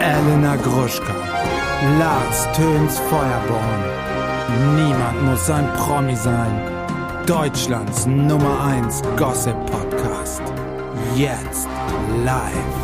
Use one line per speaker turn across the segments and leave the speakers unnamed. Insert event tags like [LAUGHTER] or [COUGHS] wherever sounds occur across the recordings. Elena Gruschka, Lars Töns Feuerborn. Niemand muss ein Promi sein. Deutschlands Nummer 1 Gossip Podcast. Jetzt live.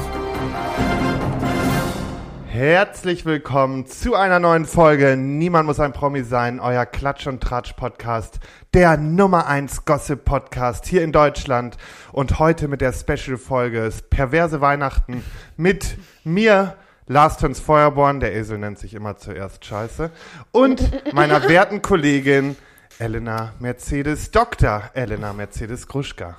Herzlich willkommen zu einer neuen Folge Niemand muss ein Promi sein, euer Klatsch und Tratsch Podcast, der Nummer 1 Gossip Podcast hier in Deutschland und heute mit der Special Folge Perverse Weihnachten mit mir Lars Töns Feuerborn, der Esel nennt sich immer zuerst Scheiße und meiner werten Kollegin Elena Mercedes Doktor Elena Mercedes Gruschka.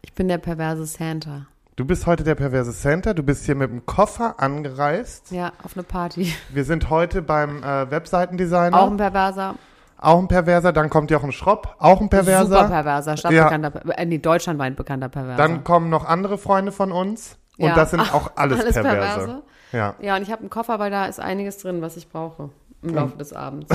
Ich bin der perverse Santa.
Du bist heute der perverse Center. Du bist hier mit dem Koffer angereist.
Ja, auf eine Party.
Wir sind heute beim äh, Webseitendesigner.
Auch ein Perverser.
Auch ein Perverser. Dann kommt Jochen Schropp. Auch ein Perverser.
Super Perverser. Stadtbekannter, ja. äh, nee, deutschlandweit bekannter Perverser.
Dann kommen noch andere Freunde von uns. Und ja. das sind Ach,
[LAUGHS]
auch alles, alles Perverse. Perverse.
Ja. ja, und ich habe einen Koffer, weil da ist einiges drin, was ich brauche
Hm.
im Laufe
[LAUGHS]
des Abends.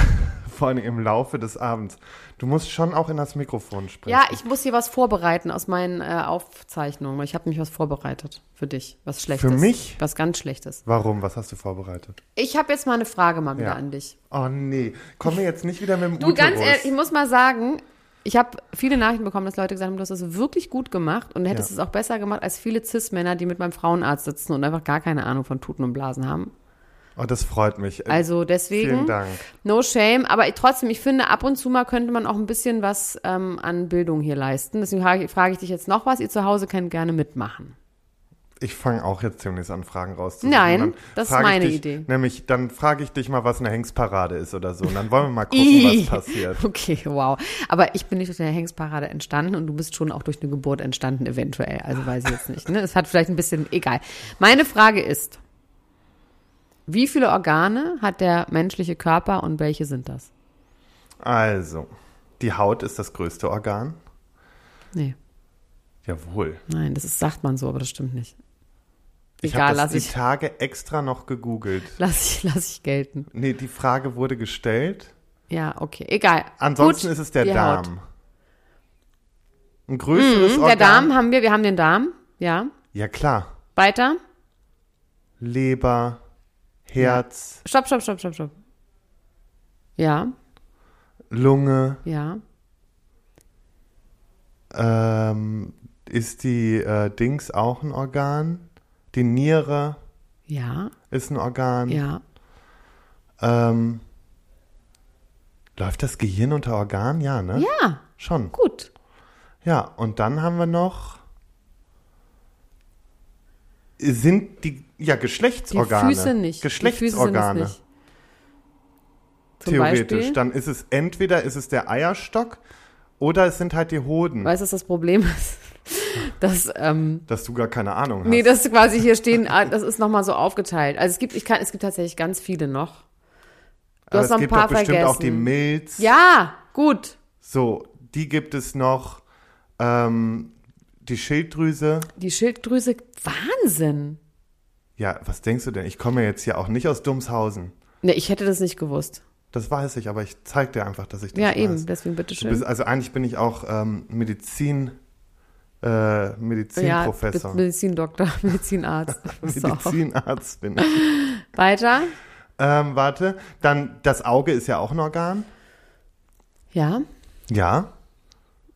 Vor allem im Laufe des Abends. Du musst schon auch in das Mikrofon sprechen.
Ja, ich muss hier was vorbereiten aus meinen äh, Aufzeichnungen. Ich habe mich was vorbereitet für dich, was Schlechtes.
Für mich?
Was ganz Schlechtes.
Warum? Was hast du vorbereitet?
Ich habe jetzt mal eine Frage mal wieder ja. an dich.
Oh nee, komm mir jetzt nicht wieder mit dem
Du, Uterus. ganz ehrlich, ich muss mal sagen, ich habe viele Nachrichten bekommen, dass Leute gesagt haben, du hast es wirklich gut gemacht und hättest ja. es auch besser gemacht als viele Cis-Männer, die mit meinem Frauenarzt sitzen und einfach gar keine Ahnung von Tuten und Blasen haben.
Oh, das freut mich.
Also deswegen,
Vielen Dank.
no shame. Aber ich, trotzdem, ich finde, ab und zu mal könnte man auch ein bisschen was ähm, an Bildung hier leisten. Deswegen frage, frage ich dich jetzt noch was. Ihr zu Hause könnt gerne mitmachen.
Ich fange auch jetzt demnächst an, Fragen rauszusuchen.
Nein, das ist meine
dich,
Idee.
Nämlich, dann frage ich dich mal, was eine Hengstparade ist oder so. Und dann wollen wir mal
[LAUGHS]
gucken, was passiert.
Okay, wow. Aber ich bin nicht durch eine Hengstparade entstanden und du bist schon auch durch eine Geburt entstanden, eventuell. Also weiß ich jetzt nicht. Ne? Es hat vielleicht ein bisschen, egal. Meine Frage ist, wie viele Organe hat der menschliche Körper und welche sind das?
Also, die Haut ist das größte Organ.
Nee.
Jawohl.
Nein, das ist, sagt man so, aber das stimmt nicht.
Ich habe das die ich, Tage extra noch gegoogelt.
Lass ich, lass ich gelten.
Nee, die Frage wurde gestellt.
Ja, okay, egal.
Ansonsten
Gut,
ist es der Darm. Haut. Ein größeres mhm,
Organ. Der Darm haben wir, wir haben den Darm, ja.
Ja, klar.
Weiter?
Leber, Herz.
Stopp, stopp, stopp, stopp, stopp. Ja.
Lunge.
Ja.
Ähm, ist die äh, Dings auch ein Organ? Die Niere.
Ja.
Ist ein Organ.
Ja.
Ähm, läuft das Gehirn unter Organ? Ja, ne?
Ja.
Schon.
Gut.
Ja, und dann haben wir noch. Sind die ja, Geschlechtsorgane.
Die Füße nicht.
Geschlechtsorgane.
Nicht.
Theoretisch. Beispiel? Dann ist es entweder ist es der Eierstock oder es sind halt die Hoden.
Weißt du, was das Problem ist? [LAUGHS] Dass, ähm,
dass du gar keine Ahnung hast.
Nee, das quasi hier stehen, ah, das ist nochmal so aufgeteilt. Also es gibt, ich kann, es gibt tatsächlich ganz viele noch.
Du Aber hast noch ein paar vergessen. Es gibt bestimmt auch die Milz.
Ja, gut.
So, die gibt es noch. Ähm, die Schilddrüse.
Die Schilddrüse, Wahnsinn.
Ja, was denkst du denn? Ich komme jetzt hier auch nicht aus Dummshausen.
Ne, ich hätte das nicht gewusst.
Das weiß ich, aber ich zeig dir einfach, dass ich das
Ja,
weiß.
eben, deswegen bitteschön.
Bist, also eigentlich bin ich auch ähm, Medizin, äh, Medizinprofessor.
Ja, Medizindoktor, [LAUGHS]
[LAUGHS]
Medizinarzt.
Medizinarzt bin ich.
Weiter?
Ähm, warte, dann das Auge ist ja auch ein Organ.
Ja.
Ja.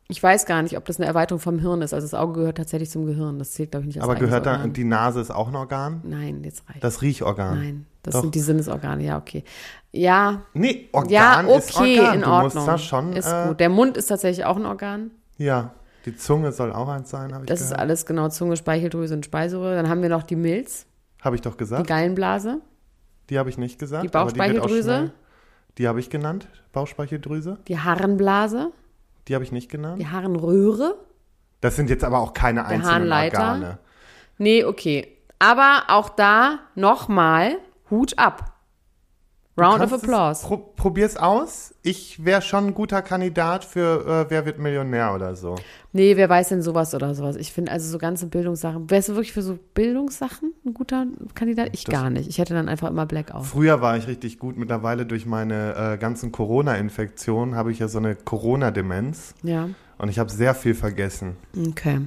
Ich weiß gar nicht, ob das eine Erweiterung vom Hirn ist. Also das Auge gehört tatsächlich zum Gehirn. Das zählt, glaube ich, nicht als
Aber gehört
Organ. da,
die Nase ist auch ein Organ?
Nein, jetzt reicht
Das Riechorgan?
Nein, das Doch. sind die Sinnesorgane. Ja, okay. Ja.
Nee, Organ
ja, okay,
ist Organ.
in Ordnung.
da schon,
ist äh, gut. Der Mund ist tatsächlich auch ein Organ.
Ja, die Zunge soll auch eins sein, habe ich
Das
gehört.
ist alles genau Zunge, Speicheldrüse und Speiseröhre. Dann haben wir noch die Milz.
Habe ich doch gesagt.
Die Gallenblase.
Die habe ich nicht gesagt.
Die Bauchspeicheldrüse.
Aber die, die habe ich genannt, Bauchspeicheldrüse.
Die Harnblase.
Die habe ich nicht genannt.
Die Harnröhre.
Das sind jetzt aber auch keine
Der
einzelnen
Harnleiter.
Organe.
Nee, okay. Aber auch da nochmal Hut ab. Round of
Kannst es-
applause.
Pro probier's aus. Ich wäre schon ein guter Kandidat für äh, Wer wird Millionär oder so.
Nee, wer weiß denn sowas oder sowas? Ich finde also so ganze Bildungssachen. Wärst du wirklich für so Bildungssachen ein guter Kandidat? Ich
Das-
gar nicht. Ich hätte dann einfach immer Blackout.
Früher war ich richtig gut. Mittlerweile durch meine äh, ganzen Corona-Infektionen habe ich ja so eine Corona-Demenz
Ja.
und ich habe sehr viel vergessen.
Okay.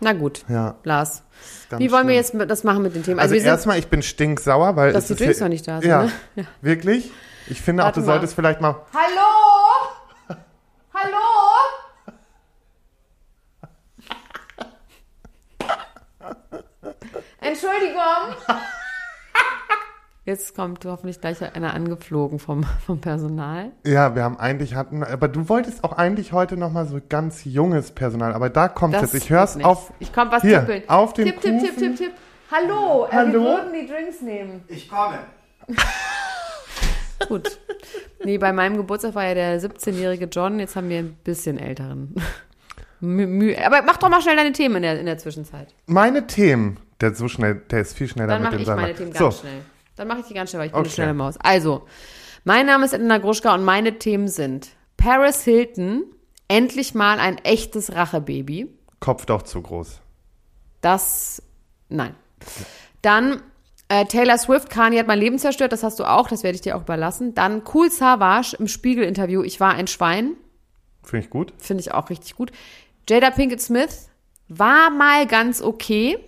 Na gut,
Ja,
Lars.
ganz
Wie wollen wir
schlimm.
jetzt mit- das machen mit den Themen? Also,
Also,
wir sind,
erstmal, ich bin stinksauer, weil.
Dass
es
die
ist
Drinks
hier-
noch nicht da sind,
Ja.
ne?
Wirklich? Ich finde
Warte
auch, du
mal.
solltest vielleicht mal.
Hallo? Hallo? Entschuldigung. Jetzt kommt hoffentlich gleich einer angeflogen vom, [LAUGHS] vom Personal.
Ja, wir haben eigentlich hatten, aber du wolltest auch eigentlich heute nochmal so ganz junges Personal, aber da kommt es. Ich höre es
geht
auf.
nicht. Ich komm was
hier,
tippeln.
auf den
tipp, tipp, tipp,
Kufen.
tipp, tipp. Hallo, Hallo? wir
Hallo?
würden die Drinks nehmen.
Ich komme.
[LAUGHS] Gut. Nee, bei meinem Geburtstag war ja der 17-jährige John, jetzt haben wir ein bisschen älteren. Mü Mü Aber mach doch mal schnell deine Themen in der, in der Zwischenzeit.
Meine Themen, der ist so schnell, der ist viel schneller
Dann
mit
mache
dem
ich
Seimer.
meine Themen
so,
ganz schnell. Dann mache ich die ganz schnell, weil ich bin eine
Okay.
schnelle Maus. Also, mein Name ist Edna Gruschka und meine Themen sind Paris Hilton, endlich mal ein echtes Rachebaby.
Kopf doch zu groß.
Das, nein. Dann äh, Taylor Swift, Kanye hat mein Leben zerstört, das hast du auch, das werde ich dir auch überlassen. Dann Cool Savage im Spiegel-Interview, ich war ein Schwein.
Finde ich gut.
Finde ich auch richtig gut. Jada Pinkett Smith war mal ganz okay.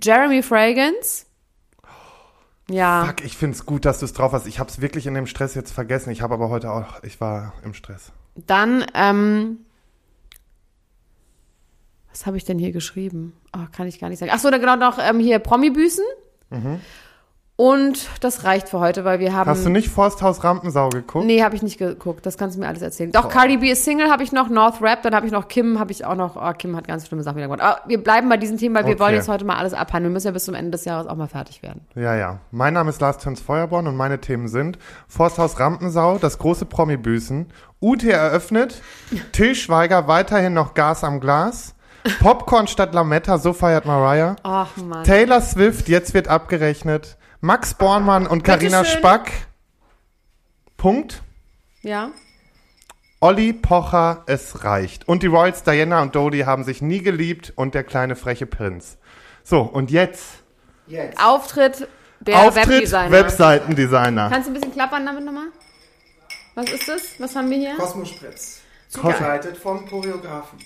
Jeremy Fragrance. Ja.
Fuck, ich finde es gut, dass du es drauf hast. Ich habe es wirklich in dem Stress jetzt vergessen. Ich habe aber heute auch, ich war im Stress.
Dann, ähm, was habe ich denn hier geschrieben? Oh, kann ich gar nicht sagen. Ach so, dann genau noch ähm, hier Promi-Büßen. Und das reicht für heute, weil wir haben.
Mhm. Hast du nicht Forsthaus Rampensau geguckt?
Mhm. Nee, habe ich nicht geguckt. Das kannst du mir alles erzählen.
Oh.
Doch, Cardi B ist Single, habe ich noch, North Rap, dann habe ich noch Kim, habe ich auch noch. Oh, Kim hat ganz schlimme Sachen wieder gemacht. Aber wir bleiben bei diesem Thema, weil wir
Okay.
wollen jetzt heute mal alles abhandeln. Wir müssen ja bis zum Ende des Jahres auch mal fertig werden.
Ja, ja. Mein Name ist Lars Töns Feuerborn und meine Themen sind Forsthaus Rampensau, das große Promi-Büßen, Ute eröffnet,
[LAUGHS]
Till Schweiger weiterhin noch Gas am Glas, Popcorn statt Lametta, so feiert Mariah,
Ach Mann.
Taylor Swift, jetzt wird abgerechnet, Max Bornmann und Karina
Bitteschön.
Spack. Punkt.
Ja.
Olli Pocher, es reicht. Und die Royals Diana und Dodie haben sich nie geliebt und der kleine freche Prinz. So, und jetzt
Jetzt.
Auftritt der
Auftritt
Webdesigner.
Webseitendesigner.
Kannst du ein bisschen klappern damit nochmal? Was ist das? Was haben wir hier?
Kosmospritz. Zugeleitet vom Choreografen.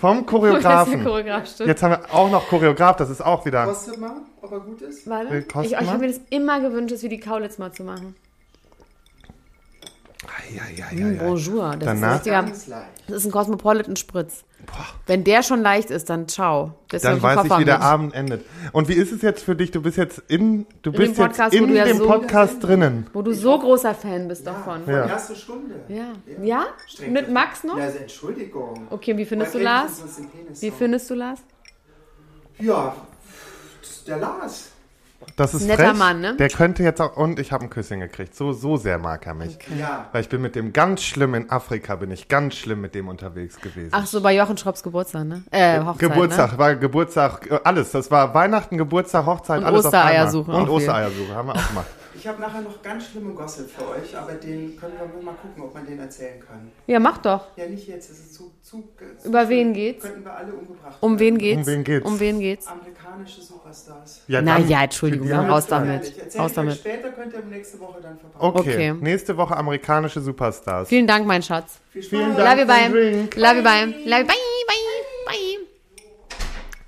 Vom
Das ist der
Choreografen.
Choreograf, stimmt.
Jetzt haben wir auch noch Choreograf, das ist auch wieder.
Kostet mal, ob er gut ist?
Warte.
Will
Ich,
äh, Kosten
ich habe
mal?
mir das immer gewünscht, das wie die Kaulitz mal zu machen.
Ja, ja, ja, ja.
Hm, Bonjour. Das
Danach-
ist, ein richtiger,
Ganz leicht.
das ist ein Cosmopolitan-Spritz. Wenn der schon leicht ist, dann ciao. Deswegen
Dann
hab
weiß ich,
Koffer
wie der
mit.
Abend endet. Und wie ist es jetzt für dich? Du bist jetzt in, du bist
dem Podcast,
jetzt
wo
in
du ja
dem
so-
Podcast drinnen.
Wo du so großer Fan bist davon.
Ja.
Erste Stunde.
Ja. Ja?
Streng
Mit
dich.
Max noch?
Na, Also Entschuldigung.
Okay, wie findest du
Woher kennen
Lars?
Sie sonst den Penis
Wie
so?
findest du Lars?
Ja, der Lars.
Das ist
Netter
frech.
Mann, ne?
Der könnte jetzt auch, und ich habe ein Küsschen gekriegt. So, so sehr mag er mich.
Ja.
Weil ich bin mit dem ganz schlimm in Afrika, bin ich ganz schlimm mit dem unterwegs gewesen.
Ach so, bei Jochen Schropps Geburtstag, ne? Äh, Hochzeit,
Geburtstag,
Ne?
war Geburtstag, äh, alles. Das war Weihnachten, Geburtstag, Hochzeit,
Und
alles auf
Ostereiersuche
einmal. Und
auch viel.
Ostereiersuche haben wir auch
[LAUGHS]
gemacht.
Ich habe nachher noch ganz schlimmen Gossip für euch, aber den können wir mal gucken, ob man den erzählen kann.
Ja, mach doch.
Ja, nicht jetzt, es ist zu. zu, zu
Über wen geht's?
Könnten wir alle umgebracht
Um
werden.
wen geht's?
wen geht's?
Um wen geht's?
Amerikanische Superstars.
Ja,
Na
dann-
ja, Entschuldigung,
Ja,
dann raus
Ehrlich,
damit.
erzähl
Raus
ich euch
damit.
Später könnt ihr nächste Woche dann verpacken.
Okay.
Okay.
nächste Woche amerikanische Superstars.
Vielen Dank, mein Schatz.
Viel Spaß.
Vielen
Love
Dank
you,
für
bye.
den Drink.
Love you, bye. Love you, bye, bye, bye.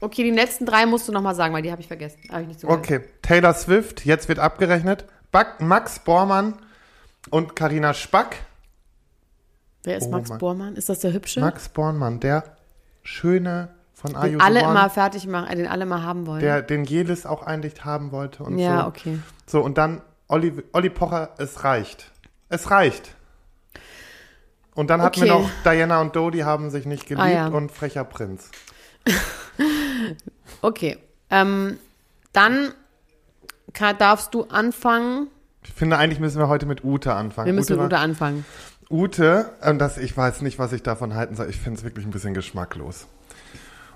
Okay, die letzten drei musst du nochmal sagen, weil die habe ich vergessen. Habe ich nicht zugehört.
Okay, Taylor Swift, jetzt wird abgerechnet. Back, Max Bormann und Karina Spack.
Wer ist
Oh
Max
Mann.
Bormann? Ist das der Hübsche?
Max Bormann, der Schöne von Are You
den alle
the One,
immer fertig machen, äh, den alle immer haben wollen.
der den Jelis auch eigentlich haben wollte und
ja,
so.
okay.
So, und dann Olli, Olli Pocher, es reicht. Es reicht. Und dann hatten wir
Okay.
noch Diana und Dodie haben sich nicht geliebt
Ah, ja.
und Frecher Prinz.
Okay. Ähm, dann ka- darfst du anfangen.
Ich finde, eigentlich müssen wir heute mit Ute anfangen.
Wir müssen
Ute,
mit Ute
war-
anfangen.
Ute ähm, das, ich weiß nicht, was ich davon halten soll. Ich finde es wirklich ein bisschen geschmacklos.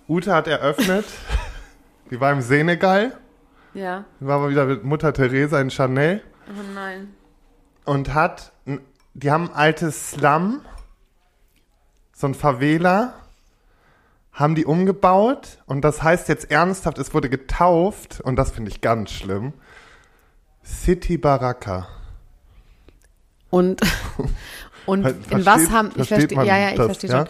Ute hat eröffnet, [LAUGHS] die war im Senegal,
Ja.
die war aber wieder mit Mutter Teresa in Chanel.
Oh nein.
und hat, n- die haben ein altes Slum, so ein Favela, haben die umgebaut und das heißt jetzt ernsthaft, es wurde getauft und das finde ich ganz schlimm. City Baraka. [LAUGHS]
Und, und
Ver- versteht-
in was haben. Ich
versteht
verstehe.
man
Ja, ja, ich
das,
verstehe
ja?
schon.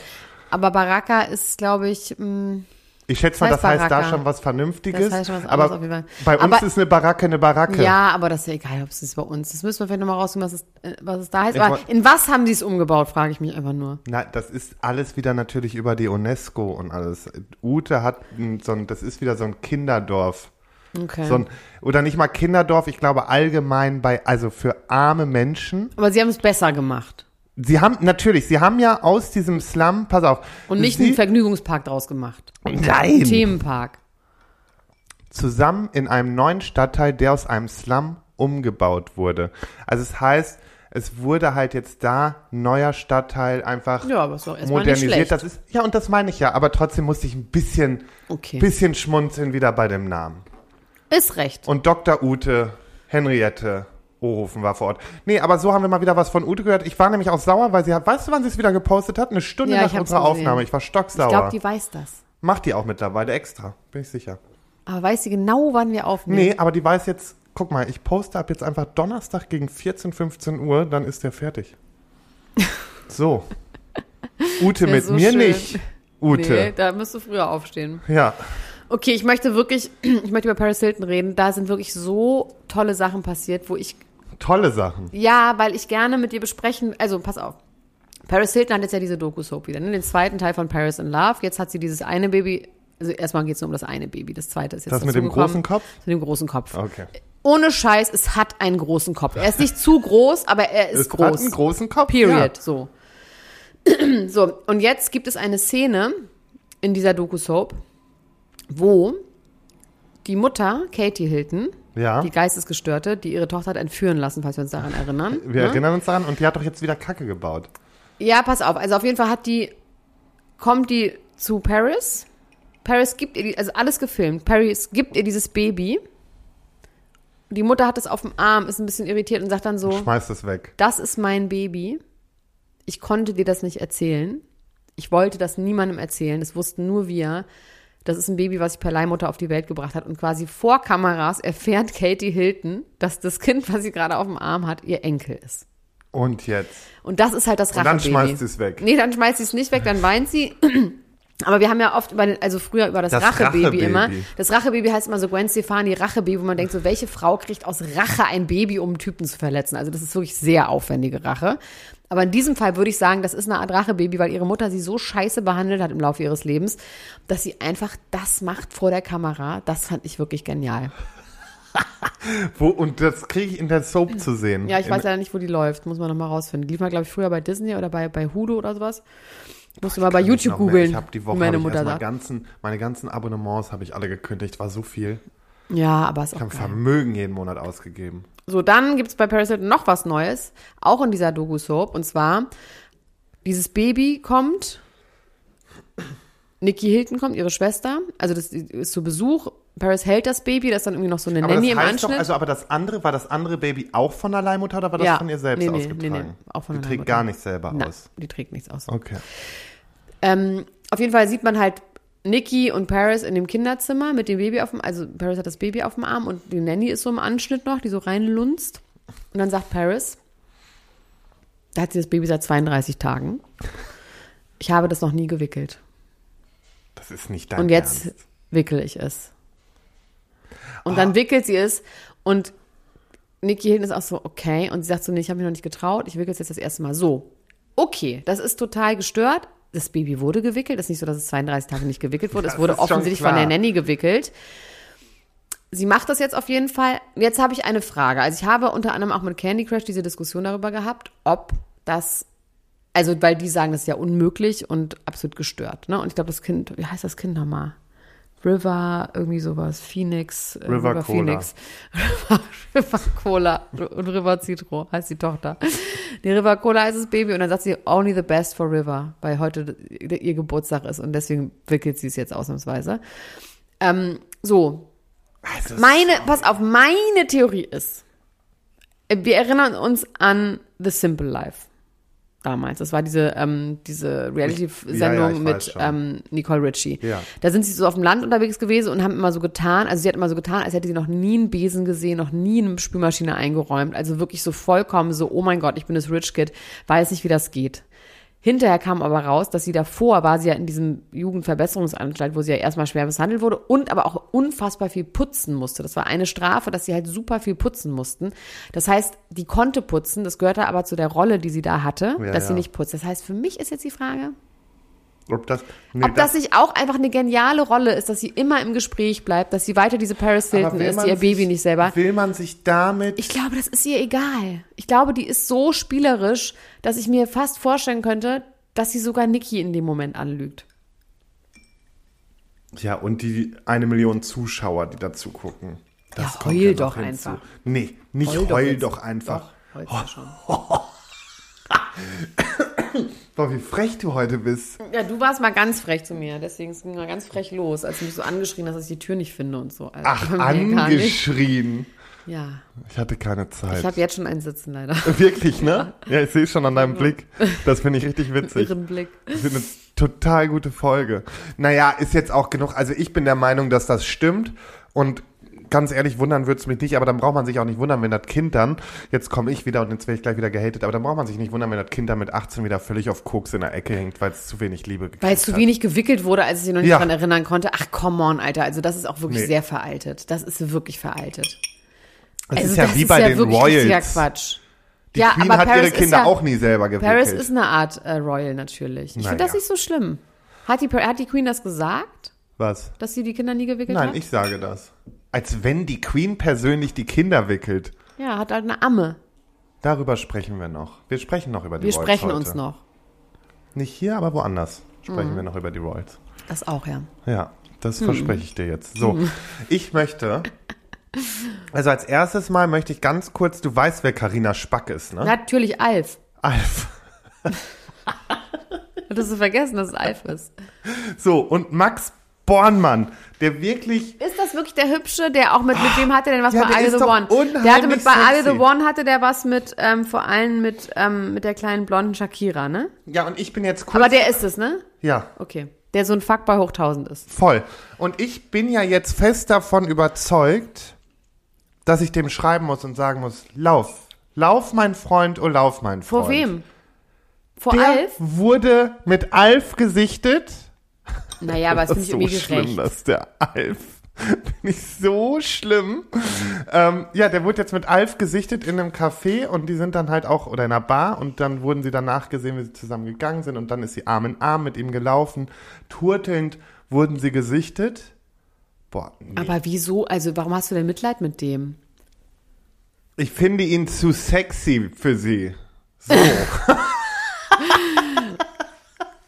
Aber Baraka ist, glaube ich, mm, mh,
Ich schätze mal, das
Das heißt
heißt da
Baracca.
schon was Vernünftiges.
Das heißt schon was
aber
anderes auf jeden Fall.
bei uns
Aber-
ist eine Baracke eine Baracke.
Ja, aber das ist ja egal, ob es ist bei uns. Das müssen wir vielleicht nochmal rausfinden, was es, äh, was es da heißt.
Ich
Aber
woll-
in was haben die es umgebaut, frage ich mich einfach nur.
Na, das ist alles wieder natürlich über die UNESCO und alles. Ute hat ein- so ein, das ist wieder so ein Kinderdorf.
Okay.
So ein, oder nicht mal Kinderdorf, ich glaube allgemein bei, also für arme Menschen.
aber sie haben es besser gemacht.
Sie haben, natürlich, sie haben ja aus diesem Slum, pass auf.
Und nicht einen
sie,
Vergnügungspark draus gemacht.
Nein!
Themenpark.
zusammen in einem neuen Stadtteil, der aus einem Slum umgebaut wurde. Also es heißt, es wurde halt jetzt da ein neuer Stadtteil einfach
Ja, aber ist doch erstmal nicht
modernisiert.
schlecht.
Das ist ja und das meine ich ja, aber trotzdem musste ich ein bisschen
Okay.
bisschen schmunzeln wieder bei dem Namen.
Ist recht.
Und Dr. Ute Henriette Ohofen war vor Ort. Nee, aber so haben wir mal wieder was von Ute gehört. Ich war nämlich auch sauer, weil sie hat, weißt du, wann sie es wieder gepostet hat? Eine Stunde
Ja, ich
nach
hab's
unserer
gesehen.
Aufnahme. Ich war
ich glaube,
stocksauer.
die weiß das.
Macht die auch mittlerweile extra, bin ich sicher.
Aber weiß sie genau, wann wir aufnehmen?
Nee, aber die weiß jetzt, guck mal, ich poste ab jetzt einfach Donnerstag gegen 14, 15 Uhr, dann ist der
[LAUGHS]
fertig. So. Ute
Wär
mit
so
mir
schön.
nicht. Ute.
da müsst du früher aufstehen.
Ja.
Okay, ich möchte wirklich, [CLEARS THROAT] ich möchte über Paris Hilton reden. Da sind wirklich so tolle Sachen passiert, wo ich
Tolle Sachen.
Ja, weil ich gerne mit dir besprechen, also pass auf. Paris Hilton hat jetzt ja diese Doku-Soap wieder, ne? den zweiten Teil von Paris in Love. Jetzt hat sie dieses eine Baby, also erstmal geht es nur um das eine Baby, das zweite ist jetzt
Das mit dem großen
dazugekommen.
Kopf? Ah.
Das Mit dem großen Kopf.
Okay.
Ohne Scheiß, es hat einen großen Kopf. Er ist nicht zu groß, aber er ist
Es hat
groß.
einen großen Kopf.
Period. So. [CLEARS THROAT] so, und jetzt gibt es eine Szene in dieser Doku-Soap, wo die Mutter, Katie Hilton,
Ja.
die
ja.
Geistesgestörte, die ihre Tochter hat entführen lassen, falls wir uns daran erinnern.
Wir
ne?
erinnern uns daran und die hat doch jetzt wieder Kacke gebaut.
Ja, pass auf. Also auf jeden Fall hat die, kommt die zu Paris. Paris gibt ihr, die, also alles gefilmt. Paris gibt ihr dieses Baby. Die Mutter hat es auf dem Arm, ist ein bisschen irritiert und sagt dann so,
Schmeißt es weg.
das ist mein Baby. Ich konnte dir das nicht erzählen. Ich wollte das niemandem erzählen. Das wussten nur wir. Das ist ein Baby, was ich per Leihmutter auf die Welt gebracht hat. Und quasi vor Kameras erfährt Katie Hilton, dass das Kind, was sie gerade auf dem Arm hat, ihr Enkel ist.
Und jetzt.
Und das ist halt das
Und dann
Rachebaby.
schmeißt sie's weg.
Nee, dann schmeißt sie es nicht weg, dann weint sie. [CLEARS THROAT] Aber wir haben ja oft über den, also früher über das,
Das
Rachebaby
Rachebaby.
immer. Das Rachebaby heißt immer so Gwen Stefani Rachebaby, wo man denkt, so welche Frau kriegt aus Rache ein Baby, um einen Typen zu verletzen? Also das ist wirklich sehr aufwendige Rache. Aber in diesem Fall würde ich sagen, das ist eine Art Rachebaby, weil ihre Mutter sie so scheiße behandelt hat im Laufe ihres Lebens, dass sie einfach das macht vor der Kamera. Das fand ich wirklich genial.
Wo, und das kriege ich in der Soap zu sehen.
Ja, ich
in,
weiß leider nicht, wo die läuft. Muss man nochmal rausfinden. Die lief mal, glaube ich, früher bei Disney oder bei, bei Hulu oder sowas. Musst du mal bei
kann ich
YouTube
noch mehr.
googeln,
Ich habe die Woche
wie meine
hab ich
Mutter
erstmal
sagt.
ganzen, meine ganzen Abonnements habe ich alle gekündigt. War so viel.
Ja, aber ist
Ich
auch
habe ein
geil.
Vermögen jeden Monat ausgegeben.
So, dann gibt's bei Paris Hilton noch was Neues, auch in dieser Doku-Soap. Und zwar, dieses Baby kommt, Nikki Hilton kommt, ihre Schwester. Also das ist zu Besuch. Paris hält das Baby, das ist dann irgendwie noch so eine
Aber
Nanny
das
im
heißt doch,
Anschnitt.
also aber das andere, war das andere Baby auch von der Leihmutter oder war das
Ja.
von ihr selbst
Nee, nee,
ausgetragen?
nee, nee, auch von
die
der
trägt
Leihmutter.
gar nicht selber
Nein,
aus.
die trägt nichts aus.
Okay.
Ähm, auf jeden Fall sieht man halt Nikki und Paris in dem Kinderzimmer mit dem Baby auf dem, also Paris hat das Baby auf dem Arm und die Nanny ist so im Anschnitt noch, die so reinlunzt. Und dann sagt Paris, da hat sie das Baby seit 32 Tagen. Ich habe das noch nie gewickelt.
Das ist nicht dein
Und jetzt
Ernst.
wickel ich es. Und
Ah.
dann wickelt sie es und Nikki Hilton ist auch so, okay. Und sie sagt so, nee, ich habe mich noch nicht getraut, ich wickel es jetzt das erste Mal so. Okay, das ist total gestört. Das Baby wurde gewickelt. Es ist nicht so, dass es 32 Tage nicht
[LAUGHS]
gewickelt wurde.
Das
es wurde
ist schon
offensichtlich von
klar.
der Nanny gewickelt. Sie macht das jetzt auf jeden Fall. Jetzt habe ich eine Frage. Also ich habe unter anderem auch mit Candy Crush diese Diskussion darüber gehabt, ob das also, weil die sagen, das ist ja unmöglich und absolut gestört. Ne? Und ich glaube, das Kind, wie heißt das Kind nochmal? River, irgendwie sowas, Phoenix, äh,
River Cola.
Phoenix, [LAUGHS] River, River Cola und River Citro heißt die Tochter. Die River Cola ist das Baby und dann sagt sie only the best for River, weil heute ihr Geburtstag ist und deswegen wickelt sie es jetzt ausnahmsweise. Ähm, so,
Also,
meine, pass auf, meine Theorie ist, wir erinnern uns an The Simple Life damals. Das war diese, ähm, diese
Ja, ja,
Reality-Sendung
ich weiß
mit
schon.
ähm, Nicole Richie.
Ja.
Da sind sie so auf dem Land unterwegs gewesen und haben immer so getan, also sie hat immer so getan, als hätte sie noch nie einen Besen gesehen, noch nie eine Spülmaschine eingeräumt. Also wirklich so vollkommen so, oh mein Gott, ich bin das Rich Kid, weiß nicht, wie das geht. Hinterher kam aber raus, dass sie davor war, sie ja in diesem Jugendverbesserungsanstalt, wo sie ja erstmal schwer misshandelt wurde und aber auch unfassbar viel putzen musste. Das war eine Strafe, dass sie halt super viel putzen mussten. Das heißt, die konnte putzen, das gehörte aber zu der Rolle, die sie da hatte,
Ja,
dass sie
ja.
nicht putzt. Das heißt, für mich ist jetzt die Frage,
Ob das, nee,
ob das nicht auch einfach eine geniale Rolle ist, dass sie immer im Gespräch bleibt, dass sie weiter diese Paris
aber
Hilton
will
ist,
man
die ihr Baby
sich-
nicht selber.
Will man sich damit
Ich glaube, das ist ihr egal. Ich glaube, die ist so spielerisch, dass ich mir fast vorstellen könnte, dass sie sogar Nikki in dem Moment anlügt.
Ja, und die eine Million Zuschauer, die dazu gucken. Das
Ja,
kommt
heul
ja
doch
noch hinzu.
einfach.
Nee, nicht heul,
Heul doch jetzt.
doch, einfach.
Doch, heute schon.
Boah, wie frech du heute bist.
Ja, du warst mal ganz frech zu mir, deswegen ging mal ganz frech los, als du mich so angeschrien hast, dass ich die Tür nicht finde und so. Also,
Ach,
mir gar nicht.
angeschrien.
Ja,
Ich hatte keine Zeit.
ich habe jetzt schon einen Sitzen leider. [LAUGHS]
Wirklich, ne? Ja, ich sehe schon an deinem Blick. Das finde ich
[LAUGHS]
richtig witzig.
Irren Blick.
Das ist eine total gute Folge. Naja, ist jetzt auch genug. Also ich bin der Meinung, dass das stimmt. Und ganz ehrlich, wundern würde es mich nicht. Aber dann braucht man sich auch nicht wundern, wenn das Kind dann, jetzt komme ich wieder und jetzt werde ich gleich wieder gehatet, aber dann braucht man sich nicht wundern, wenn das Kind dann mit 18 wieder völlig auf Koks in der Ecke hängt, weil es zu wenig Liebe gekriegt
Weil es zu
hat.
wenig gewickelt wurde, als ich mich noch nicht
Ja.
daran erinnern konnte. Ach, come on, Alter. Also das ist auch wirklich
Nee.
sehr veraltet. Das ist wirklich veraltet.
Das
also
ist ja
das
wie bei
ja
den
wirklich richtiger
Royals.
Quatsch.
Die Queen hat ihre
ist
Kinder
ja,
auch nie selber gewickelt.
Paris ist eine Art äh, Royal natürlich. Ich finde das
Naja.
nicht so schlimm. Hat die, hat die Queen das gesagt,
Was?
dass sie die Kinder nie gewickelt hat?
Nein, ich sage das. Als wenn die Queen persönlich die Kinder wickelt.
Ja, hat halt eine Amme.
Darüber sprechen wir noch. Wir sprechen noch über die
Wir
Royals
sprechen
heute.
uns noch. Mhm.
Nicht hier, aber woanders sprechen wir noch über die Royals.
Das auch, ja.
Ja, das
Mhm.
verspreche ich dir jetzt. So, ich möchte. Also als erstes Mal möchte ich ganz kurz, du weißt, wer Karina Spack ist, ne? Also,
Natürlich Alf.
Alf.
Hattest du vergessen, dass es Alf ist?
So, und Max Bornmann, der wirklich.
Ist das wirklich der Hübsche, der auch mit, mit wem hatte denn was
Oh, Ja,
bei
der
Are You
ist
the
doch
One? Der hatte mit
unheimlich
bei Are You the
sexy.
One hatte der was mit, ähm, vor allem mit, ähm, mit der kleinen blonden Shakira, ne?
Ja, und ich bin jetzt kurz.
Aber der ist es, ne?
ja,
Okay. Der so ein Fuck bei Hochtausend ist.
voll. Und ich bin ja jetzt fest davon überzeugt, dass ich dem schreiben muss und sagen muss, lauf. Lauf, mein Freund, oh lauf, mein Freund.
Vor wem? Vor
Der
Alf?
wurde mit Alf gesichtet.
Naja, aber
[LAUGHS]
es
Das
finde
ist
ich
so
irgendwie
schlimm,
gerecht.
dass der Alf. [LAUGHS] Bin ich so schlimm. Ähm, ja, der wurde jetzt mit Alf gesichtet in einem Café und die sind dann halt auch, oder in einer Bar und dann wurden sie danach gesehen, wie sie zusammen gegangen sind und dann ist sie Arm in Arm mit ihm gelaufen. Turtelnd wurden sie gesichtet. Boah, nee.
aber wieso? Also, warum hast du denn Mitleid mit dem?
ich finde ihn zu sexy für sie. So.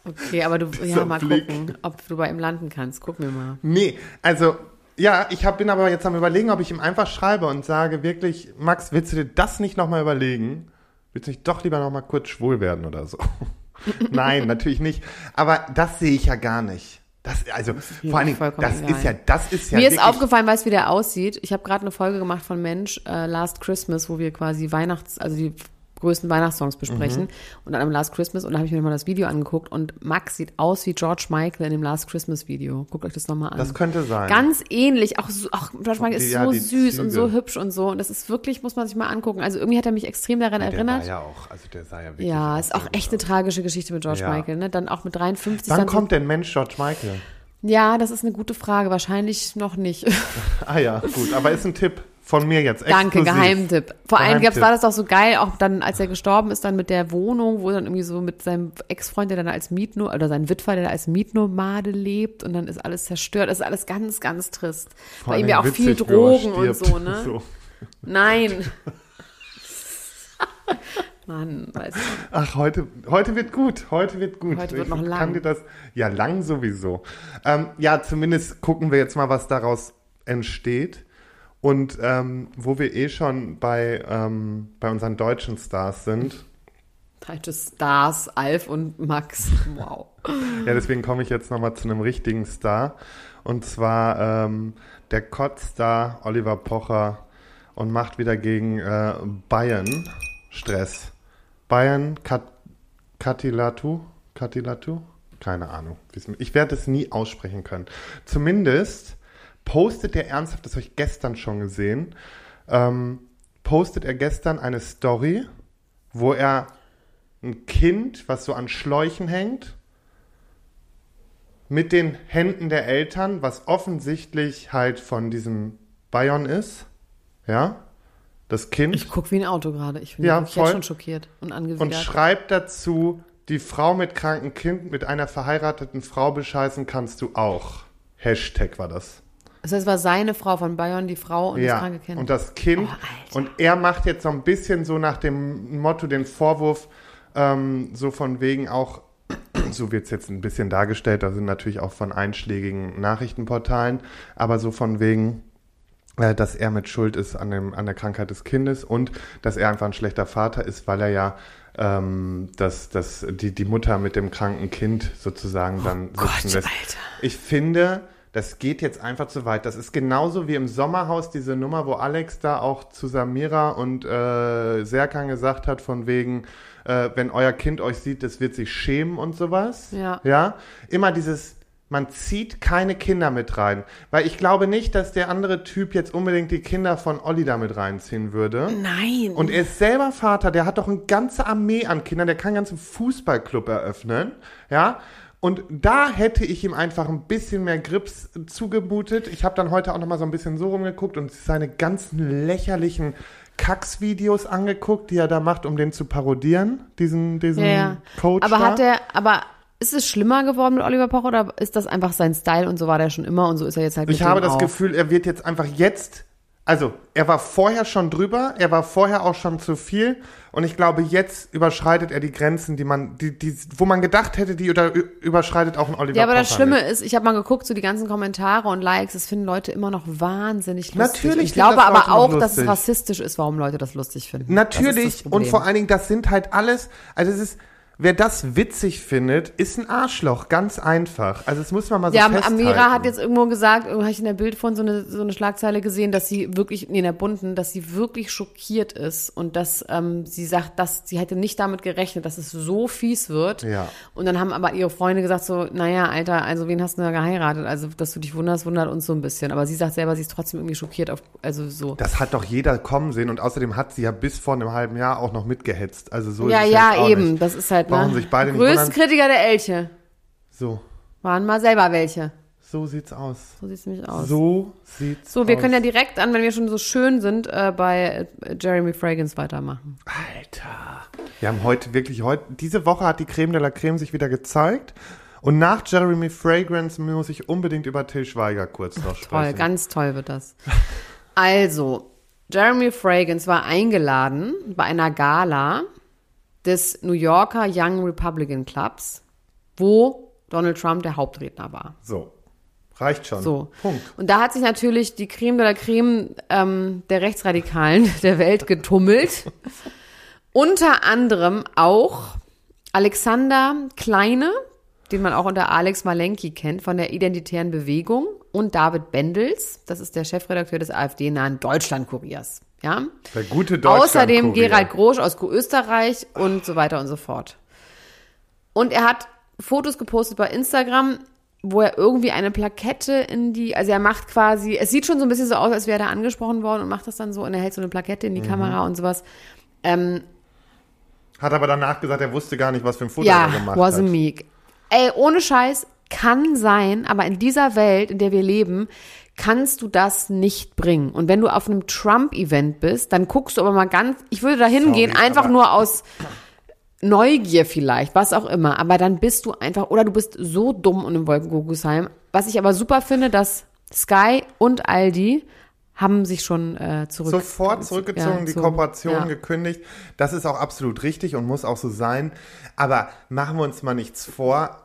Okay,
[LAUGHS]
aber du, ja,
Dieser
mal
Blick.
gucken, ob du bei ihm landen kannst. Gucken wir mal.
Nee, also ja, ich hab, bin aber jetzt am überlegen, ob ich ihm einfach schreibe und sage wirklich, Max, willst du dir das nicht nochmal überlegen? Willst du nicht doch lieber nochmal kurz schwul werden oder so? [LAUGHS]
[LAUGHS]
Nein, natürlich nicht. Aber das sehe ich ja gar nicht. Das, also,
mir
vor allen Dingen,
vollkommen
das
egal.
ist ja, das ist ja
Mir ist
wirklich-
aufgefallen, weißt du, wie der aussieht? Ich habe gerade eine Folge gemacht von Mensch äh, Last Christmas, wo wir quasi Weihnachts, also die größten Weihnachtssongs besprechen
Mhm.
und dann am Last Christmas und da habe ich mir nochmal das Video angeguckt und Max sieht aus wie George Michael in dem Last Christmas Video. Guckt euch das nochmal an.
Das könnte sein. Oh,
Ganz ähnlich, auch, so, auch George Michael ist
Ja,
so
die
süß und so
Züge.
hübsch und so und das ist wirklich, muss man sich mal angucken. Also irgendwie hat er mich extrem daran
der
erinnert.
Sah ja auch, also der sah ja wirklich.
Ja, ist auch
gut
echt
aus.
eine tragische Geschichte mit George
Ja.
Michael, ne? Dann auch mit 53.
Wann
dann so-
kommt denn Mensch George
[LAUGHS]
Michael?
ja, das ist eine gute Frage. Wahrscheinlich
[LAUGHS]
noch nicht.
Ah ja, gut, aber ist ein Tipp von mir jetzt.
Danke,
exklusiv.
Geheimtipp. Vor allem gab's,
Geheimtipp.
war das doch so geil, auch dann, als er gestorben ist, dann mit der Wohnung, wo dann irgendwie so mit seinem Ex-Freund, der dann als Mietno, oder sein Witwer, der da als Mietnomade lebt und dann ist alles zerstört. Das ist alles ganz, ganz trist.
Vor
Bei ihm
allen
ja auch
Dingen
viel
witzig, wenn man
Drogen und
stirbt. [LAUGHS]
so, ne? Nein. [LAUGHS] Mann, weiß ich nicht.
Ach, heute, heute wird gut. Heute wird gut.
Heute wird noch
kann
lang.
Dir das, ja, lang sowieso. Ähm, ja, zumindest gucken wir jetzt mal, was daraus entsteht. Und ähm, wo wir eh schon bei, ähm, bei unseren deutschen Stars sind.
Deutsche Stars, Alf und Max. Wow.
Ja, deswegen komme ich jetzt nochmal zu einem richtigen Star. Und zwar ähm, der Kottstar Oliver Pocher und macht wieder gegen äh, Bayern Stress. Bayern Kat Katilatu? Katilatu? Keine Ahnung. Wie's- Ich werde es nie aussprechen können. Zumindest postet er ernsthaft, das habe ich gestern schon gesehen, ähm, postet er gestern eine Story, wo er ein Kind, was so an Schläuchen hängt, mit den Händen der Eltern, was offensichtlich halt von diesem Bayern ist. Ja, das Kind.
Ich gucke wie ein Auto gerade. Ich bin
Ja,
wirklich jetzt
voll.
schon schockiert und
und
angewidert.
schreibt dazu, die Frau mit krankem Kind mit einer verheirateten Frau bescheißen kannst du auch. Hashtag war das.
das heißt, es war seine Frau von Bayern, die Frau und das
ja,
kranke Kind.
und das Kind.
Oh, Alter.
und er macht jetzt so ein bisschen so nach dem Motto den Vorwurf, ähm, so von wegen auch, [CLEARS THROAT] so wird es jetzt ein bisschen dargestellt, da sind natürlich auch von einschlägigen Nachrichtenportalen, aber so von wegen, äh, dass er mit Schuld ist an, dem, an der Krankheit des Kindes und dass er einfach ein schlechter Vater ist, weil er ja ähm, dass, dass die, die Mutter mit dem kranken Kind sozusagen dann sitzen lässt.
Oh Alter.
Ich finde, das geht jetzt einfach zu weit. Das ist genauso wie im Sommerhaus diese Nummer, wo Alex da auch zu Samira und äh, Serkan gesagt hat, von wegen, äh, wenn euer Kind euch sieht, das wird sich schämen und sowas.
Ja.
Ja. Immer dieses, man zieht keine Kinder mit rein. Weil ich glaube nicht, dass der andere Typ jetzt unbedingt die Kinder von Olli da mit reinziehen würde.
Nein.
Und er ist selber Vater, der hat doch eine ganze Armee an Kindern, der kann einen ganzen Fußballclub eröffnen, ja. Und da hätte ich ihm einfach ein bisschen mehr Grips zugemutet. Ich habe dann heute auch noch mal so ein bisschen so rumgeguckt und seine ganzen lächerlichen Kacks-Videos angeguckt, die er da macht, um den zu parodieren, diesen, diesen
ja, ja.
Hm. Coach
aber
da.
hat er, aber ist es schlimmer geworden mit Oliver Poch oder ist das einfach sein Style und so war der schon immer und so ist er jetzt halt
Ich
mit
habe
dem
das
auch?
Gefühl, er wird jetzt einfach jetzt. Also, er war vorher schon drüber, er war vorher auch schon zu viel und ich glaube, jetzt überschreitet er die Grenzen, die man, die, die, wo man gedacht hätte, die oder ü- überschreitet auch ein Oliver
Ja, aber das
Pocher
Schlimme
nicht.
ist, ich habe mal geguckt, so die ganzen Kommentare und Likes, das finden Leute immer noch wahnsinnig lustig.
Natürlich
Ich
finden
glaube
das Leute
aber
noch
auch, dass es
lustig.
rassistisch ist, warum Leute das lustig finden. Das ist
Natürlich
das
und vor
Problem.
allen Dingen, das sind halt alles, also es ist, wer das witzig findet, ist ein Arschloch, ganz einfach. Also das muss man mal so
Ja,
festhalten.
Amira hat jetzt irgendwo gesagt, irgendwo habe ich in der Bild von so eine, so eine Schlagzeile gesehen, dass sie wirklich, nee, in der bunten, dass sie wirklich schockiert ist und dass ähm, sie sagt, dass sie hätte nicht damit gerechnet, dass es so fies wird.
Ja.
Und dann haben aber ihre Freunde gesagt so, naja, Alter, also wen hast du da geheiratet? Also, dass du dich wunderst, wundert uns so ein bisschen. Aber sie sagt selber, sie ist trotzdem irgendwie schockiert auf, also so.
Das hat doch jeder kommen sehen und außerdem hat sie ja bis vor einem halben Jahr auch noch mitgehetzt. Also so
ja,
ist es jetzt
ja,
auch
eben.
Nicht.
Das ist halt,
Brauchen sich beide nicht
Größten
wundern.
Kritiker der Elche
So,
waren mal selber welche.
so sieht's aus.
So sieht's nämlich aus.
So sieht's
So, wir
aus.
können ja direkt an, wenn wir schon so schön sind, äh, bei äh, Jeremy Fragrance weitermachen.
Alter. Wir haben heute wirklich heute diese Woche hat die Creme de la Creme sich wieder gezeigt und nach Jeremy Fragrance muss ich unbedingt über Till Schweiger kurz noch
Toll,
sprechen.
ganz toll wird das. [LAUGHS] Also, Jeremy Fragrance war eingeladen bei einer Gala des New Yorker Young Republican Clubs, wo Donald Trump der Hauptredner war.
so. Reicht schon.
So.
Punkt.
Und da hat sich natürlich die Creme de la Creme ähm, der Rechtsradikalen [LAUGHS] der Welt
[LAUGHS]
getummelt. unter anderem auch Alexander Kleine, den man auch unter Alex Malenki kennt, von der Identitären Bewegung, und David Bendels, das ist der Chefredakteur des AfD-nahen Deutschlandkuriers. Ja?
Der gute Deutschland.
Außerdem Gerald Grosch aus Österreich und so weiter und so fort. Und er hat Fotos gepostet bei Instagram, wo er irgendwie eine Plakette in die, also er macht quasi, es sieht schon so ein bisschen so aus, als wäre er da angesprochen worden und macht das dann so und er hält so eine Plakette in die Kamera und sowas. Ähm,
Hat aber danach gesagt, er wusste gar nicht, was für ein Foto
ja,
er gemacht
was a
hat.
meek. Ey, ohne Scheiß, kann sein, aber in dieser Welt, in der wir leben, kannst du das nicht bringen. Und wenn du auf einem Trump-Event bist, dann guckst du aber mal ganz, ich würde da hingehen,
Sorry,
einfach
aber-
nur aus Neugier vielleicht, was auch immer, aber dann bist du einfach, oder du bist so dumm und im Wolkenkuckucksheim. Was ich aber super finde, dass Sky und Aldi haben sich schon äh, zurück...
Sofort zurückgezogen,
Ja,
die
zu-
Kooperation
ja.
gekündigt. Das ist auch absolut richtig und muss auch so sein. Aber machen wir uns mal nichts vor.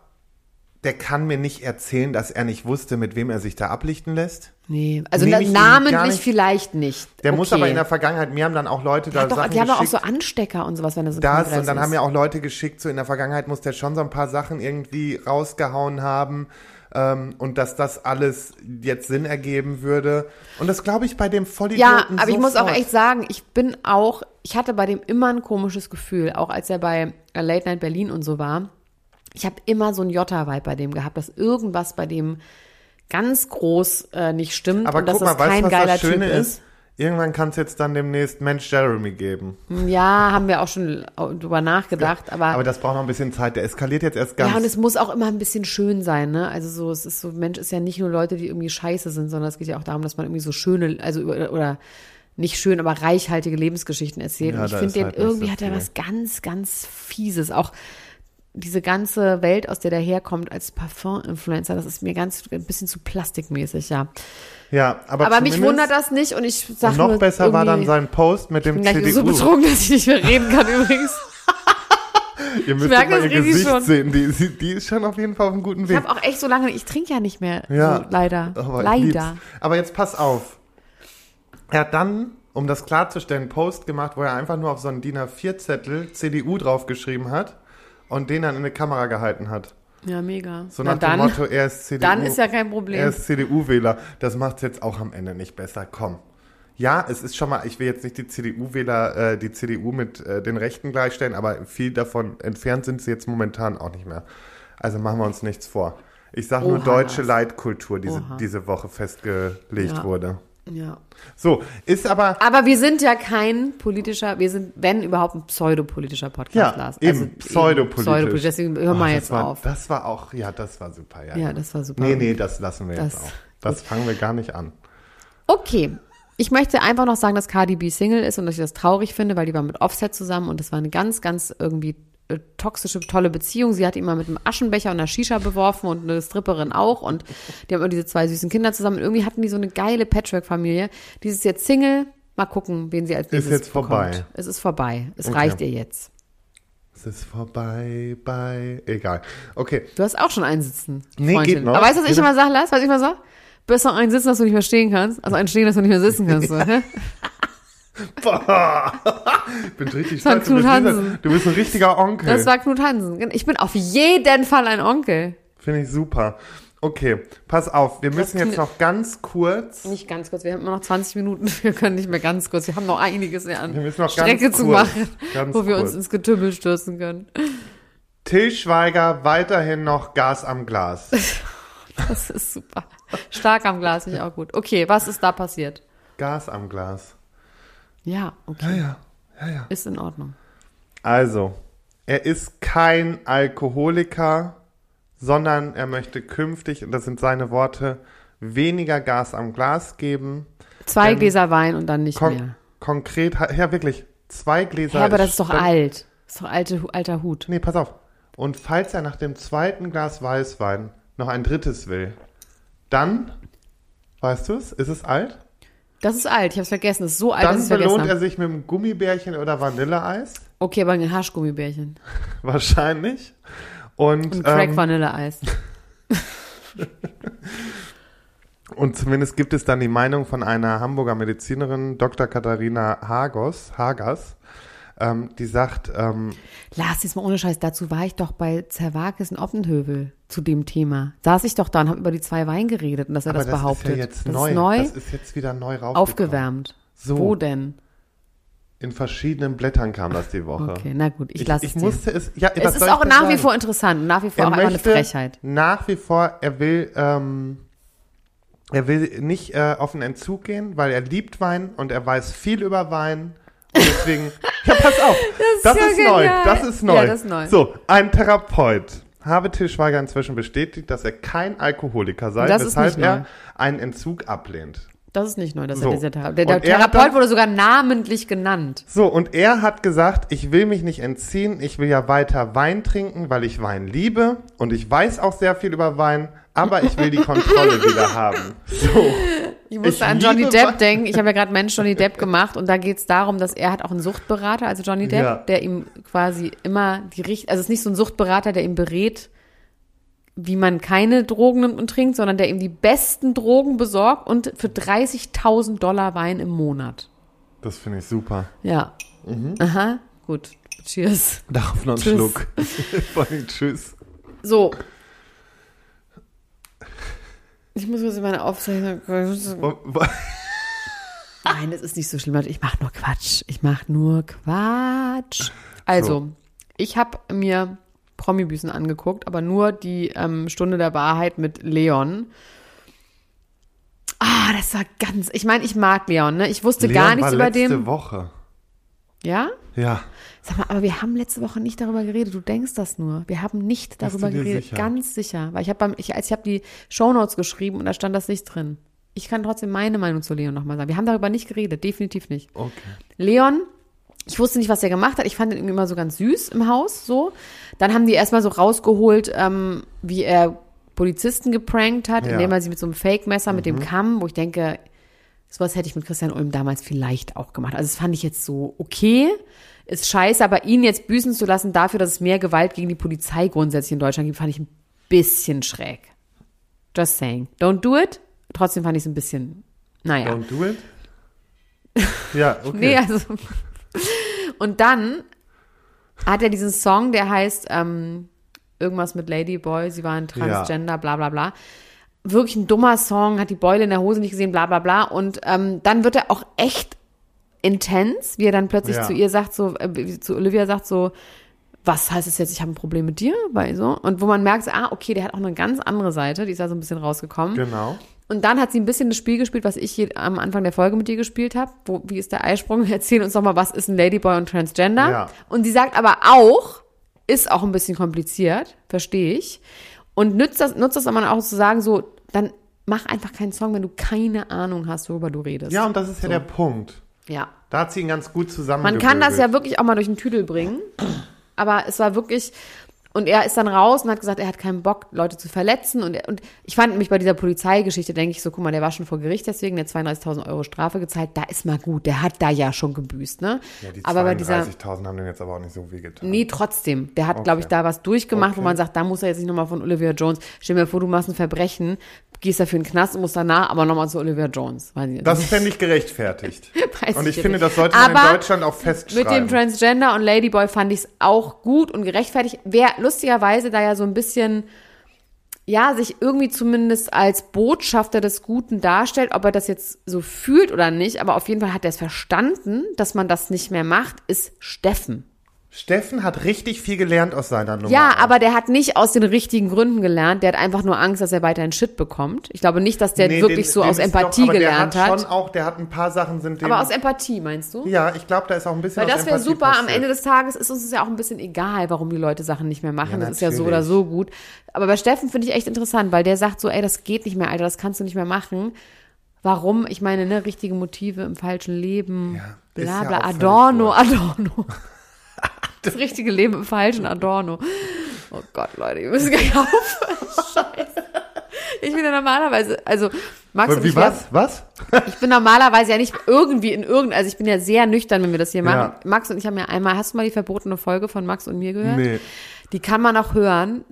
Der kann mir nicht erzählen, dass er nicht wusste, mit wem er sich da ablichten lässt.
Nee, also
Nehm ich ihm gar
namentlich
nicht-
vielleicht nicht.
Der muss aber in
Okay.
der Vergangenheit, mir haben dann auch Leute da
Doch,
Sachen
die haben auch
geschickt.
so Anstecker und sowas, wenn das im
das
Kongress
und dann
ist.
haben ja auch Leute geschickt, so in der Vergangenheit muss der schon so ein paar Sachen irgendwie rausgehauen haben ähm, und dass das alles jetzt Sinn ergeben würde. Und das glaube ich bei dem Vollidioten
ja, aber ich muss auch
sofort.
echt sagen, ich bin auch, ich hatte bei dem immer ein komisches Gefühl, auch als er bei äh, Late Night Berlin und so war. Ich habe immer so ein Jotta-Vibe bei dem gehabt, dass irgendwas bei dem ganz groß äh, nicht stimmt
Aber
und dass
guck mal,
das kein
weißt du, was
geiler
das Schöne
Typ
ist?
ist.
Irgendwann kann es jetzt dann demnächst Mensch Jeremy geben.
Ja, haben wir auch schon drüber nachgedacht, aber,
Aber das braucht noch ein bisschen Zeit. Der eskaliert jetzt erst ganz.
ja, und es muss auch immer ein bisschen schön sein, ne? Also so, es ist so, Mensch ist ja nicht nur Leute, die irgendwie scheiße sind, sondern es geht ja auch darum, dass man irgendwie so schöne, also über- oder nicht schön, aber reichhaltige Lebensgeschichten erzählt.
Ja,
und ich
da
finde
ist
den
halt nicht
irgendwie
so
hat er
viel.
was ganz, ganz Fieses. Auch diese ganze Welt, aus der der herkommt als Parfum-Influencer, das ist mir ganz ein bisschen zu plastikmäßig, ja.
ja, aber,
Aber mich
zumindest-
wundert das nicht und ich sage
Und noch
nur
besser war dann
irgendwie-
sein Post mit dem
Ich bin gleich so
CDU.
betrunken, dass ich nicht mehr reden kann
[LAUGHS]
übrigens.
Ihr müsst
merke
mal
das
ihr
richtig
Gesicht
schon.
sehen. Die, sie- die ist schon auf jeden Fall auf einem guten
Ich
Weg.
habe auch echt so lange, ich trinke ja nicht mehr,
Ja. Oh,
so, leider.
Aber ich
leider.
lieb's. Aber jetzt pass auf. Er hat dann, um das klarzustellen, einen Post gemacht, wo er einfach nur auf so einen DIN A4-Zettel CDU draufgeschrieben hat und den dann in eine Kamera gehalten hat.
Ja, mega.
So
Na
nach
dann,
dem Motto, er ist CDU.
[LAUGHS] dann ist ja kein
Er
Problem.
ist CDU-Wähler. Das macht es jetzt auch am Ende nicht besser. Komm. Ja, es ist schon mal, ich will jetzt nicht die CDU-Wähler, äh, die CDU mit äh, den Rechten gleichstellen, aber viel davon entfernt sind sie jetzt momentan auch nicht mehr. Also machen wir uns nichts vor. Ich sage nur
Oha,
deutsche
Lars.
Leitkultur, diese,
Oha.
diese Woche festgelegt
Ja.
wurde.
Ja.
So, ist aber,
Aber wir sind ja kein politischer, wir sind, wenn überhaupt, ein pseudopolitischer Podcast,
Ja,
Lars. also
eben, pseudopolitisch.
pseudopolitisch. Deswegen hör mal
Ach,
jetzt
das war,
auf.
Das war auch, ja, das war super. Ja,
Ja, das war super.
Nee, nee, das lassen wir
Das-
jetzt auch. Das fangen wir gar nicht an.
Okay. Ich möchte einfach noch sagen, dass Cardi B Single ist und dass ich das traurig finde, weil die war mit Offset zusammen und das war eine ganz, ganz irgendwie äh, toxische, tolle Beziehung. Sie hat ihn mal mit einem Aschenbecher und einer Shisha beworfen und eine Stripperin auch und die haben immer diese zwei süßen Kinder zusammen und irgendwie hatten die so eine geile Patchwork-Familie. Die ist jetzt Single. Mal gucken, wen sie als nächstes
jetzt vorbei.
Bekommt. Es ist vorbei. Es
Okay.
reicht ihr jetzt.
Es ist vorbei, bei, egal. Okay, [LAUGHS]
Du hast auch schon einen Sitzen.
Nee,
Freundin.
geht noch.
Aber weißt du, was ich
Geht
immer sage, Lars? Weißt du, was ich immer sage? Besser einen Sitzen, dass du nicht mehr stehen kannst, als einen stehen, dass du nicht mehr sitzen kannst. so, hä?
Boah. Ich bin richtig
war
stolz. Du bist,
Knut
dieser-
Hansen.
du bist ein richtiger Onkel.
Das war Knut Hansen. Ich bin auf jeden Fall ein Onkel.
Finde ich super. Okay, pass auf. Wir müssen jetzt
Knut-
noch ganz kurz.
Nicht ganz kurz, wir haben immer noch 20 Minuten. [LAUGHS] Wir können nicht mehr ganz kurz. Wir haben noch einiges an
Wir müssen noch ganz
Strecke zu
kurz,
machen,
ganz
wo wir uns
kurz.
ins Getümmel stürzen können. [LAUGHS]
Till Schweiger weiterhin noch Gas am Glas.
[LAUGHS] Das ist super. Stark am Glas, finde ich auch gut. Okay, was ist da passiert?
Gas am Glas.
Ja,
Ja,
okay.
ja. Ja, ja.
Ist in Ordnung.
Also, er ist kein Alkoholiker, sondern er möchte künftig, und das sind seine Worte, weniger Gas am Glas geben.
Zwei
Dann-
Gläser Wein und dann nicht
Kon
mehr.
Konkret, ja wirklich, zwei Gläser.
Ja, aber das ist doch
dann-
alt. Das ist doch alte, alter Hut.
Nee, pass auf. Und falls er nach dem zweiten Glas Weißwein noch ein drittes will, dann, weißt du es, ist es alt?
Das ist alt, ich hab's vergessen. Das ist so alt, dass
Dann
ich vergessen
belohnt er
habe.
sich mit einem Gummibärchen oder Vanilleeis, [LAUGHS]
Okay, aber ein Haschgummibärchen.
wahrscheinlich. Und,
Ein Crack
ähm,
Vanilleeis.
und zumindest gibt es dann die Meinung von einer Hamburger Medizinerin, Dr. Katharina Hagos, Hagas, ähm, die sagt, ähm,
Lars, jetzt mal ohne Scheiß, dazu war ich doch bei Zerwakis in Oppenhövel zu dem Thema. Saß ich doch da und habe über die zwei Wein geredet und dass er
aber
das,
das, ist
behauptet.
ja jetzt
das
neu.
ist neu
Das ist jetzt wieder neu raufgekommen.
aufgewärmt.
So.
Wo denn?
In verschiedenen Blättern kam das die Woche.
Okay, na gut, ich lasse
ich
es dir.
musste es, ja, was
Es ist
soll ich
auch
denn
nach wie
sagen?
vor interessant, und nach wie vor auch einfach eine Frechheit.
Nach wie vor, er will, ähm, er will nicht äh, auf den Entzug gehen, weil er liebt Wein und er weiß viel über Wein. Und
[LAUGHS]
deswegen, ja, pass auf, das,
ja
ist neu,
genial.
das ist neu.
Ja, das ist neu.
So, ein Therapeut habe Til Schweiger inzwischen bestätigt, dass er kein Alkoholiker sei,
Das ist
weshalb
nicht neu.
er einen Entzug ablehnt.
Das ist nicht neu, dass
So.
er dieser Therapeut. Der, der
Und er hat
Therapeut
dann-
wurde sogar namentlich genannt.
So, und er hat gesagt, ich will mich nicht entziehen, ich will ja weiter Wein trinken, weil ich Wein liebe und ich weiß auch sehr viel über Wein, aber ich will die
[LAUGHS]
Kontrolle wieder haben. So,
Ich musste an
liebe
Johnny
Wein.
Depp denken. Ich habe ja gerade
[LAUGHS]
Mensch Johnny Depp gemacht und da geht es darum, dass er hat auch einen Suchtberater, also Johnny Depp,
Ja.
der ihm quasi immer die Richt also es ist nicht so ein Suchtberater, der ihm berät, wie man keine Drogen nimmt und trinkt, sondern der ihm die besten Drogen besorgt und für 30.000 Dollar Wein im Monat.
das finde ich super.
Ja.
Mhm.
Aha, gut. Cheers.
Darauf noch einen
Tschüss.
Schluck.
[LAUGHS]
Vor allem Tschüss.
So. Ich muss kurz in meine Aufzeichnung.
Wo- wo-
Nein, das ist nicht so schlimm. Leute. Ich mache nur Quatsch. Ich mache nur Quatsch. Also,
So.
ich habe mir Promi-Büßen angeguckt, aber nur die ähm, Stunde der Wahrheit mit Leon. Ah, das war ganz. Ich meine, ich mag Leon, ne? Ich wusste
Leon
gar nichts
war
über
letzte
den.
Woche.
Ja?
Ja.
Sag mal, aber wir haben letzte Woche nicht darüber geredet. Du denkst das nur. Wir haben nicht
Bist du
darüber
dir
geredet.
sicher?
Ganz sicher. Weil ich habe beim, ich, als ich habe die Shownotes geschrieben und da stand das nicht drin. Ich kann trotzdem meine Meinung zu Leon nochmal sagen. Wir haben darüber nicht geredet, definitiv nicht.
Okay.
Leon, ich wusste nicht, was er gemacht hat. Ich fand ihn irgendwie immer so ganz süß im Haus, so. Dann haben die erstmal so rausgeholt, ähm, wie er Polizisten geprankt hat,
Ja.
indem er sie mit so einem Fake-Messer, mit dem Kamm, wo ich denke, sowas hätte ich mit Christian Ulm damals vielleicht auch gemacht. Also das fand ich jetzt so okay, ist scheiße, aber ihn jetzt büßen zu lassen dafür, dass es mehr Gewalt gegen die Polizei grundsätzlich in Deutschland gibt, fand ich ein bisschen schräg. Just saying. Don't do it. Trotzdem fand ich es ein bisschen, naja.
Don't do
[LAUGHS]
it. Ja, okay.
Nee, also. Und dann hat er diesen Song, der heißt ähm, irgendwas mit Ladyboy, sie waren Transgender, bla bla bla. Wirklich ein dummer Song, hat die Beule in der Hose nicht gesehen, bla bla bla. Und ähm, dann wird er auch echt intens, wie er dann plötzlich
Ja.
zu ihr sagt, so, äh, wie- zu Olivia sagt so, was heißt es jetzt, ich habe ein Problem mit dir? Weil so. Und wo man merkt, so, ah, okay, der hat auch eine ganz andere Seite, die ist da so ein bisschen rausgekommen.
Genau.
Und dann hat sie ein bisschen das Spiel gespielt, was ich hier am Anfang der Folge mit dir gespielt habe. Wo, wie ist der Eisprung? [LAUGHS] Erzähl uns doch mal, was ist ein Ladyboy und Transgender?
Ja.
Und sie sagt aber auch, ist auch ein bisschen kompliziert, verstehe ich. Und nützt das, nutzt das aber auch zu sagen, so, dann mach einfach keinen Song, wenn du keine Ahnung hast, worüber du redest.
Ja, und das ist ja der Punkt.
ja.
Da hat sie ihn ganz gut zusammen.
Man kann das ja wirklich auch mal durch den Tüdel bringen. Aber es war wirklich. Und er ist dann raus und hat gesagt, er hat keinen Bock, Leute zu verletzen. Und, er, und ich fand mich bei dieser Polizeigeschichte, denke ich so, guck mal, der war schon vor Gericht, deswegen der 32.000 Euro Strafe gezahlt. Da ist mal gut, der hat da ja schon gebüßt, ne?
Ja, die
aber bei dieser.
32.000 haben dem jetzt aber auch nicht so viel getan.
Nee, trotzdem. Der hat,
Okay.
glaube ich, da was durchgemacht, wo
Okay.
man sagt, da muss er jetzt nicht nochmal von Olivia Jones. Stell dir vor, du machst ein Verbrechen, gehst dafür in den Knast und musst danach aber nochmal zu Olivia Jones. Weiß ich nicht.
Das fände ich gerechtfertigt.
[LAUGHS] Weiß
und
ich
ich
ja
finde,
nicht.
das sollte man
Aber
in Deutschland auch
Mit
festschreiben.
dem Transgender und Ladyboy fand ich es auch gut und gerechtfertigt. Wer lustigerweise da ja so ein bisschen, ja, sich irgendwie zumindest als Botschafter des Guten darstellt, ob er das jetzt so fühlt oder nicht, aber auf jeden Fall hat er es verstanden, dass man das nicht mehr macht, ist Steffen.
Steffen hat richtig viel gelernt aus seiner Nummer.
Ja, aber der hat nicht aus den richtigen Gründen gelernt. Der hat einfach nur Angst, dass er weiterhin Shit bekommt. Ich glaube nicht, dass der
Nee,
wirklich
dem-
so
dem
aus
ist
Empathie
doch, aber
gelernt
der hat.
hat.
Schon auch, der hat ein paar Sachen sind dem,
Aber aus Empathie, meinst du?
Ja, ich glaube, da ist auch ein bisschen
Weil
aus
das wäre
Empathie
super. Am
passiert.
Ende des Tages ist uns das ja auch ein bisschen egal, warum die Leute Sachen nicht mehr machen.
Ja,
das ist ja so
natürlich.
oder so gut. Aber bei Steffen finde ich echt interessant, weil der sagt so, ey, das geht nicht mehr, Alter, das kannst du nicht mehr machen. Warum? Ich meine, ne, richtige Motive im falschen Leben.
Ja, ist
bla
ja
bla.
auch völlig [LAUGHS]
Adorno, Adorno. Das richtige Leben im falschen Adorno. Oh Gott, Leute, ihr müsst gleich aufhören.
[LAUGHS]
Scheiße. Ich bin ja normalerweise, also Max und
Wie
ich, wir-
was? Was?
ich bin normalerweise ja nicht irgendwie in irgendeinem, also ich bin ja sehr nüchtern, wenn wir das hier machen.
Ja.
Max und ich haben ja einmal, hast du mal die verbotene Folge von Max und mir gehört?
Nee.
Die kann man auch hören.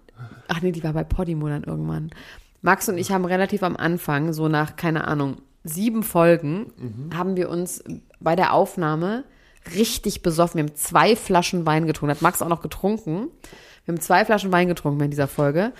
Ach nee, die war bei Podimo dann irgendwann. Max und ich haben relativ am Anfang, so nach, keine Ahnung, sieben Folgen,
Mhm.
haben wir uns bei der Aufnahme richtig besoffen. Wir haben zwei Flaschen Wein getrunken. Hat Max auch noch getrunken. Wir haben zwei Flaschen Wein getrunken in dieser Folge.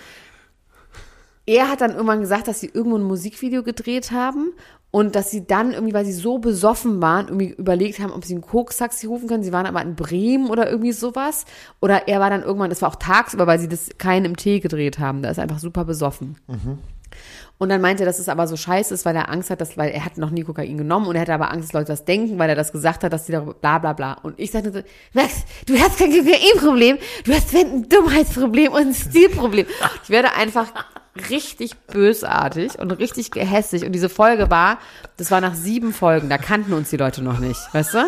Er hat dann irgendwann gesagt, dass sie irgendwo ein Musikvideo gedreht haben und dass sie dann irgendwie, weil sie so besoffen waren, irgendwie überlegt haben, ob sie einen Koks-Taxi rufen können. Sie waren aber in Bremen oder irgendwie sowas. Oder er war dann irgendwann, es war auch tagsüber, weil sie das keinen im Tee gedreht haben. Da ist er einfach super besoffen. Und dann meinte er, dass es aber so scheiße ist, weil er Angst hat, dass, weil er hat noch nie Kokain genommen und er hatte aber Angst, dass Leute das denken, weil er das gesagt hat, dass die darüber bla bla bla. Und ich sagte so, Max, du hast kein Kokainproblem, du hast wenn, ein Dummheitsproblem und ein Stilproblem. Ich werde einfach richtig bösartig und richtig gehässig. Und diese Folge war, das war nach sieben Folgen, da kannten uns die Leute noch nicht, weißt du?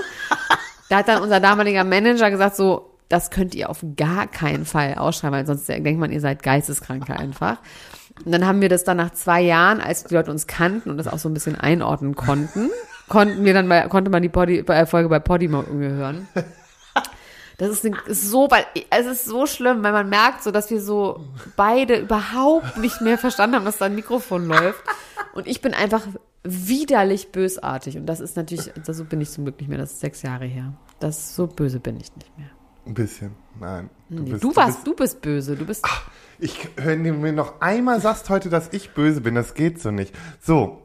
Da hat dann unser damaliger Manager gesagt, so, das könnt ihr auf gar keinen Fall ausschreiben, weil sonst denkt man, ihr seid Geisteskranke einfach. Und dann haben wir das dann nach zwei Jahren, als die Leute uns kannten und das auch so ein bisschen einordnen konnten, konnten wir dann mal, konnte man die Podi, äh, Folge bei Podimo irgendwie hören. Das ist, eine, ist so, weil es ist so schlimm, weil man merkt, so dass wir so beide überhaupt nicht mehr verstanden haben, dass da ein Mikrofon läuft. Und ich bin einfach widerlich bösartig. Und das ist natürlich, das, so bin ich zum Glück nicht mehr. Das ist sechs Jahre her. Das so böse bin ich nicht mehr.
Ein bisschen. Nein.
Du,
bist-
du warst, du bist böse. Du bist.
Ich, wenn du mir noch einmal sagst heute, dass ich böse bin, das geht so nicht. So.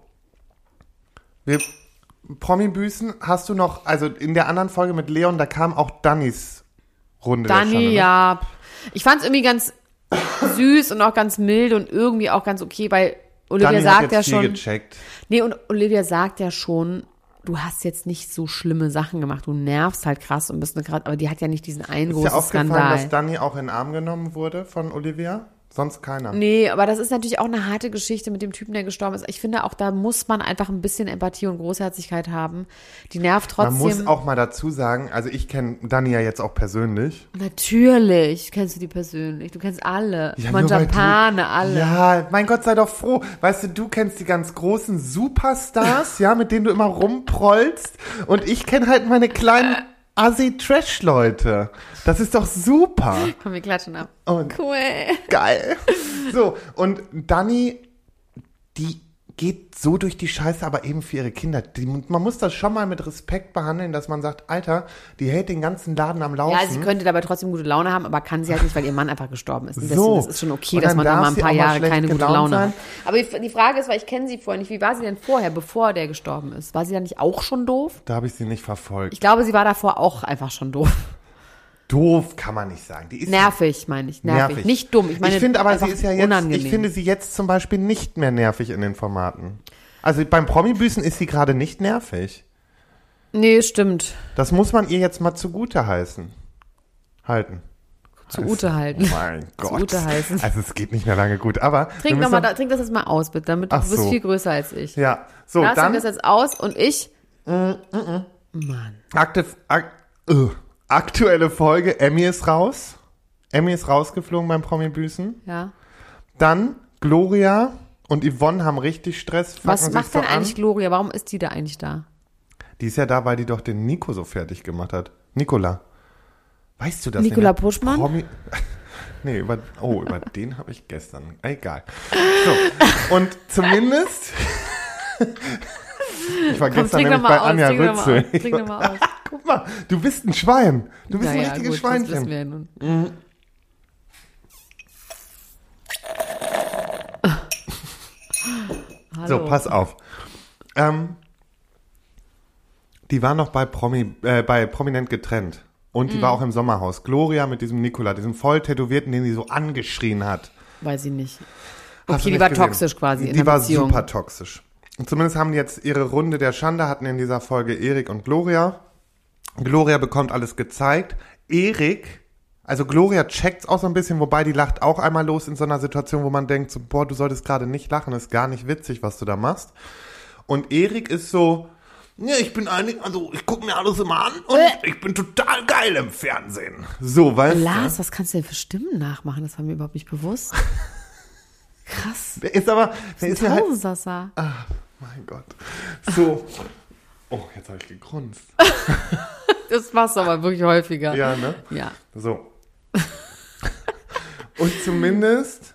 Wir Promi-Büßen hast du noch, also in der anderen Folge mit Leon, da kam auch Dannys Runde. der Schande,
Dani,
ne?
ja. Ich fand es irgendwie ganz süß und auch ganz mild und irgendwie auch ganz okay, weil Olivia
Dani hat jetzt
sagt ja
viel
schon.
gecheckt.
Nee, und Olivia sagt ja schon, du hast jetzt nicht so schlimme Sachen gemacht. Du nervst halt krass und bist eine krass, aber die hat ja nicht diesen einen
Ist dir
großen
aufgefallen, dass
Skandal.
Dani auch in den Arm genommen wurde von Olivia? Sonst keiner.
Nee, aber das ist natürlich auch eine harte Geschichte mit dem Typen, der gestorben ist. Ich finde, auch da muss man einfach ein bisschen Empathie und Großherzigkeit haben. Die nervt
Man
trotzdem.
muss auch mal dazu sagen, also ich kenne Dani ja jetzt auch persönlich.
Natürlich kennst du die persönlich. Du kennst alle.
Ja,
Von
nur weil du-
Japaner, alle.
Ja, mein Gott, sei doch froh. Weißt du, du kennst die ganz großen Superstars, ja, mit denen du immer rumprollst. Und ich kenne halt meine kleinen Assi-Trash-Leute. Das ist doch super.
Komm, wir klatschen ab.
Und
Cool.
geil. So, und Dani, die geht so durch die Scheiße, aber eben für ihre Kinder. Die, man muss das schon mal mit Respekt behandeln, dass man sagt, Alter, die hält den ganzen Laden am Laufen.
Ja, sie könnte dabei trotzdem gute Laune haben, aber kann sie halt nicht, weil ihr Mann einfach gestorben ist. Und deswegen
So.
ist es schon okay,
Und
dass
dann
man da
darf
mal ein
sie
paar
auch mal
Jahre
schlecht
keine gute
gelaunt
Laune
sein.
hat. Aber die, die Frage ist, weil ich kenne sie vorher nicht, wie war sie denn vorher, bevor der gestorben ist? War sie dann nicht auch schon doof?
da habe ich sie nicht verfolgt.
Ich glaube, sie war davor auch einfach schon doof. [LAUGHS]
Doof kann man nicht sagen. Die ist
Nervig, meine ich. Nervig. Nicht dumm. Ich meine,
ich finde aber,
einfach
sie ist ja jetzt,
unangenehm.
ich finde sie jetzt zum Beispiel nicht mehr nervig in den Formaten. Also beim Promi-Büßen ist sie gerade nicht nervig.
nee, stimmt.
Das muss man ihr jetzt mal zugute heißen. Halten. Also,
Zu Ute halten. [LAUGHS]
Mein Gott.
Zugute heißen.
Also es geht nicht mehr lange gut, aber. wir
Trink,
müssen
noch mal,
noch-
da, trink das jetzt mal aus, bitte, damit du
Ach
bist
so.
viel größer als ich.
Ja, so,
Lars trink
dann
das jetzt aus und ich. Mann.
aktiv, ak, äh, aktuelle Folge. Emmy ist raus. Emmy ist rausgeflogen beim Promi-Büßen.
Ja.
Dann Gloria und Yvonne haben richtig Stress. Fucken
Was
sich
macht
so
denn
an.
eigentlich Gloria? Warum ist die da eigentlich da?
Die ist ja da, weil die doch den Nico so fertig gemacht hat. Nicola. Weißt du das?
Nicola
in der
Puschmann?
Promi [LAUGHS] nee, über, oh,
[LAUGHS]
über den habe ich gestern. Egal. So, und zumindest. [LAUGHS] ich war
Komm,
gestern nämlich
trink nochmal
bei
aus.
Anja
Trink nochmal aus.
Rützel.
Trink nochmal aus.
[LAUGHS] Guck mal, du bist ein Schwein. Du bist ein
Naja,
richtiges
gut, Das wissen wir
Schweinchen.
ja nun. Hallo.
So, pass auf. Ähm, die war noch bei Promi, äh, bei Prominent getrennt. Und die war auch im Sommerhaus. Gloria mit diesem Nicola, diesem voll tätowierten, den sie so angeschrien hat.
Weiß ich nicht.
Hast du
die
nicht
war toxisch quasi in
Die
der
war
Beziehung.
super toxisch. Und zumindest haben die jetzt ihre Runde der Schande, hatten in dieser Folge Erik und Gloria. Gloria bekommt alles gezeigt. Erik, also Gloria checkt's auch so ein bisschen, wobei die lacht auch einmal los in so einer Situation, wo man denkt, so, boah, du solltest gerade nicht lachen, ist gar nicht witzig, was du da machst. Und Erik ist so, ja, ich bin eigentlich, also ich gucke mir alles immer an und
Äh.
ich bin total geil im Fernsehen. So, weißt du?
Lars, was kannst du denn für Stimmen nachmachen? Das war mir überhaupt nicht
[LAUGHS]
bewusst. Krass.
Der ist aber, der ist ja halt
Tausendsassa.
Mein Gott. So. Oh, jetzt habe ich gegrunzt.
Das machst du aber wirklich häufiger.
Ja, ne?
Ja.
So. Und zumindest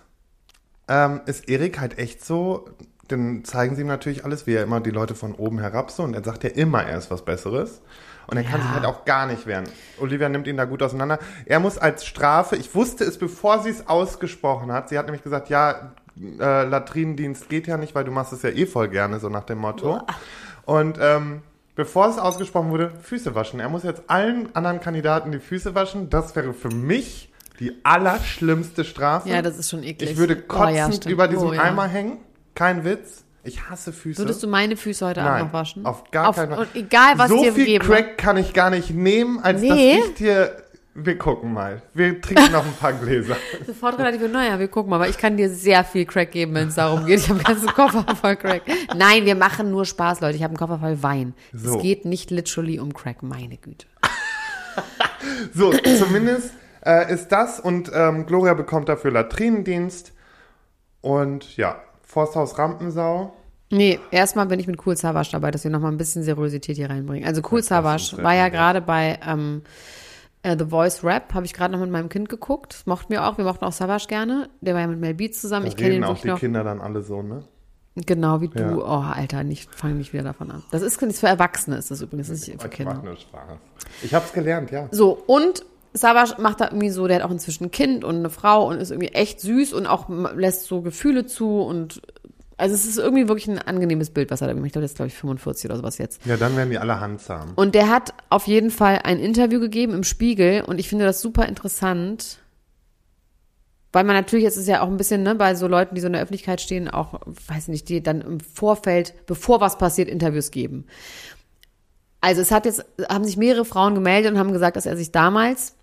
ähm, ist Erik halt echt so, dann zeigen sie ihm natürlich alles, wie er immer die Leute von oben herab so und er sagt ja immer, er ist was Besseres. Und er kann
Ja.
sich halt auch gar nicht wehren. Olivia nimmt ihn da gut auseinander. Er muss als Strafe, ich wusste es, bevor sie es ausgesprochen hat, sie hat nämlich gesagt, ja, äh, Latrinendienst geht ja nicht, weil du machst es ja eh voll gerne, so nach dem Motto. Und ähm, bevor es ausgesprochen wurde, Füße waschen. Er muss jetzt allen anderen Kandidaten die Füße waschen. Das wäre für mich die allerschlimmste Strafe.
ja, das ist schon eklig.
ich würde
Oh, ja,
kotzend
stimmt.
über diesem
Oh, ja.
Eimer hängen. Kein Witz. Ich hasse Füße.
Würdest du meine Füße heute Abend
Nein,
noch waschen?
auf gar keinen Fall.
Und egal, was
so
dir ne?
viel
geben.
Crack kann ich gar nicht nehmen, als
Nee.
dass ich dir... Wir gucken mal. Wir trinken noch ein paar Gläser.
Sofort relativ, naja, wir gucken mal, aber ich kann dir sehr viel Crack geben, wenn es darum geht. Ich habe einen ganzen Koffer voll Crack. Nein, wir machen nur Spaß, Leute. Ich habe einen Koffer voll Wein.
So.
Es geht nicht literally um Crack, meine Güte.
So,
[COUGHS]
zumindest äh, ist das und ähm, Gloria bekommt dafür Latrinendienst. Und ja, Forsthaus Rampensau.
Nee, erstmal bin ich mit Cool Savage dabei, dass wir nochmal ein bisschen Seriosität hier reinbringen. Also Cool Savage war ja gerade bei ähm, äh, The Voice Rap, habe ich gerade noch mit meinem Kind geguckt. Das mochten wir auch. Wir mochten auch Savage gerne. Der war ja mit Mel B zusammen.
Da
ich kenne ihn
reden auch
wirklich
die
noch.
Kinder dann alle so, ne?
Genau wie du.
Ja.
Oh, Alter, nicht, fang nicht wieder davon an. Das ist, das ist für Erwachsene, ist das übrigens, das ist nicht für
Ich mach
Kinder.
nur Spaß. Ich hab's gelernt, ja.
So, und Savas macht da irgendwie so, der hat auch inzwischen ein Kind und eine Frau und ist irgendwie echt süß und auch m- lässt so Gefühle zu und also es ist irgendwie wirklich ein angenehmes Bild, was er da gemacht hat. Ich glaube, der ist, glaube ich, 45 oder sowas jetzt.
Ja, dann werden die alle handsam.
Und der hat auf jeden Fall ein Interview gegeben im Spiegel und ich finde das super interessant, Weil man natürlich, es ist ja auch ein bisschen, ne, bei so Leuten, die so in der Öffentlichkeit stehen, auch, weiß nicht, die dann im Vorfeld, bevor was passiert, Interviews geben. Also es hat jetzt, haben sich mehrere Frauen gemeldet und haben gesagt, dass er sich damals,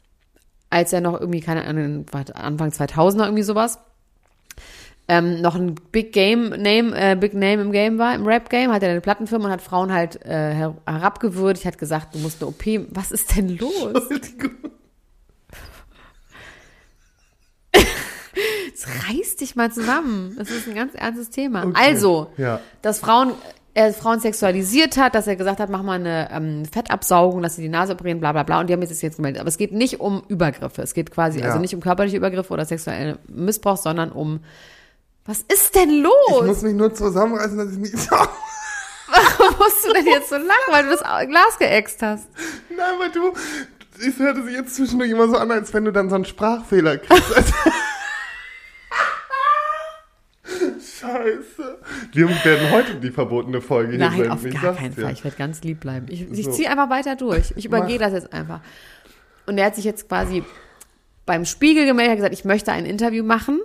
als er noch irgendwie, keine Ahnung, Anfang 2000er irgendwie sowas, ähm, noch ein Big Game Name, äh, Big Name im Game war, im Rap Game, hat er eine Plattenfirma und hat Frauen halt äh, her- herabgewürdigt, hat gesagt, du musst eine OP. Was ist denn los?
[LAUGHS]
Jetzt reiß dich mal zusammen. Das ist ein ganz ernstes Thema. Also,
Ja.
dass Frauen er Frauen sexualisiert hat, dass er gesagt hat, mach mal eine ähm, Fettabsaugung, dass sie die Nase operieren, bla bla bla. Und die haben jetzt jetzt gemeldet. Aber es geht nicht um Übergriffe. Es geht quasi,
Ja.
also nicht um körperliche Übergriffe oder sexuellen Missbrauch, sondern um was ist denn
Ich
[LAUGHS] los?
muss mich nur zusammenreißen, dass ich nicht.
Warum musst du denn jetzt so lang, weil du das Glas geäxt hast?
[LAUGHS] Nein, weil du. Es hörte sich jetzt zwischendurch immer so an, als wenn du dann so einen Sprachfehler kriegst.
[LAUGHS]
Also- Scheiße. Wir werden heute die verbotene Folge hier
Nein,
senden,
auf
ich
gar
sag's
keinen
dir.
Fall. Ich werde ganz lieb bleiben. Ich, ich
So.
ziehe einfach weiter durch. Ich übergehe
Mach.
das jetzt einfach. Und er hat sich jetzt quasi beim Spiegel gemeldet, hat gesagt, ich möchte ein Interview machen.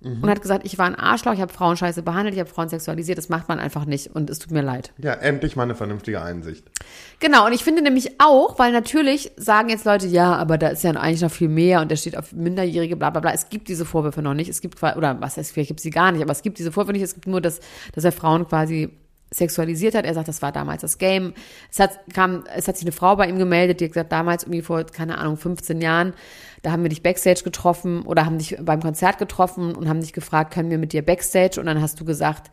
Mhm.
Und hat gesagt, ich war ein Arschloch, ich habe Frauen scheiße behandelt, ich habe Frauen sexualisiert, das macht man einfach nicht und es tut mir leid.
Ja, endlich mal eine vernünftige Einsicht.
Genau, und ich finde nämlich auch, weil natürlich sagen jetzt Leute, ja, aber da ist ja eigentlich noch viel mehr und der steht auf Minderjährige, bla bla bla. Es gibt diese Vorwürfe noch nicht. Es gibt qua- oder was heißt, vielleicht gibt sie gar nicht, aber es gibt diese Vorwürfe nicht. Es gibt nur, dass, dass er Frauen quasi sexualisiert hat. Er sagt, das war damals das Game. Es hat, kam, es hat sich eine Frau bei ihm gemeldet, die hat gesagt, damals irgendwie vor, keine Ahnung, 15 Jahren, da haben wir dich Backstage getroffen oder haben dich beim Konzert getroffen und haben dich gefragt, können wir mit dir Backstage? Und dann hast du gesagt,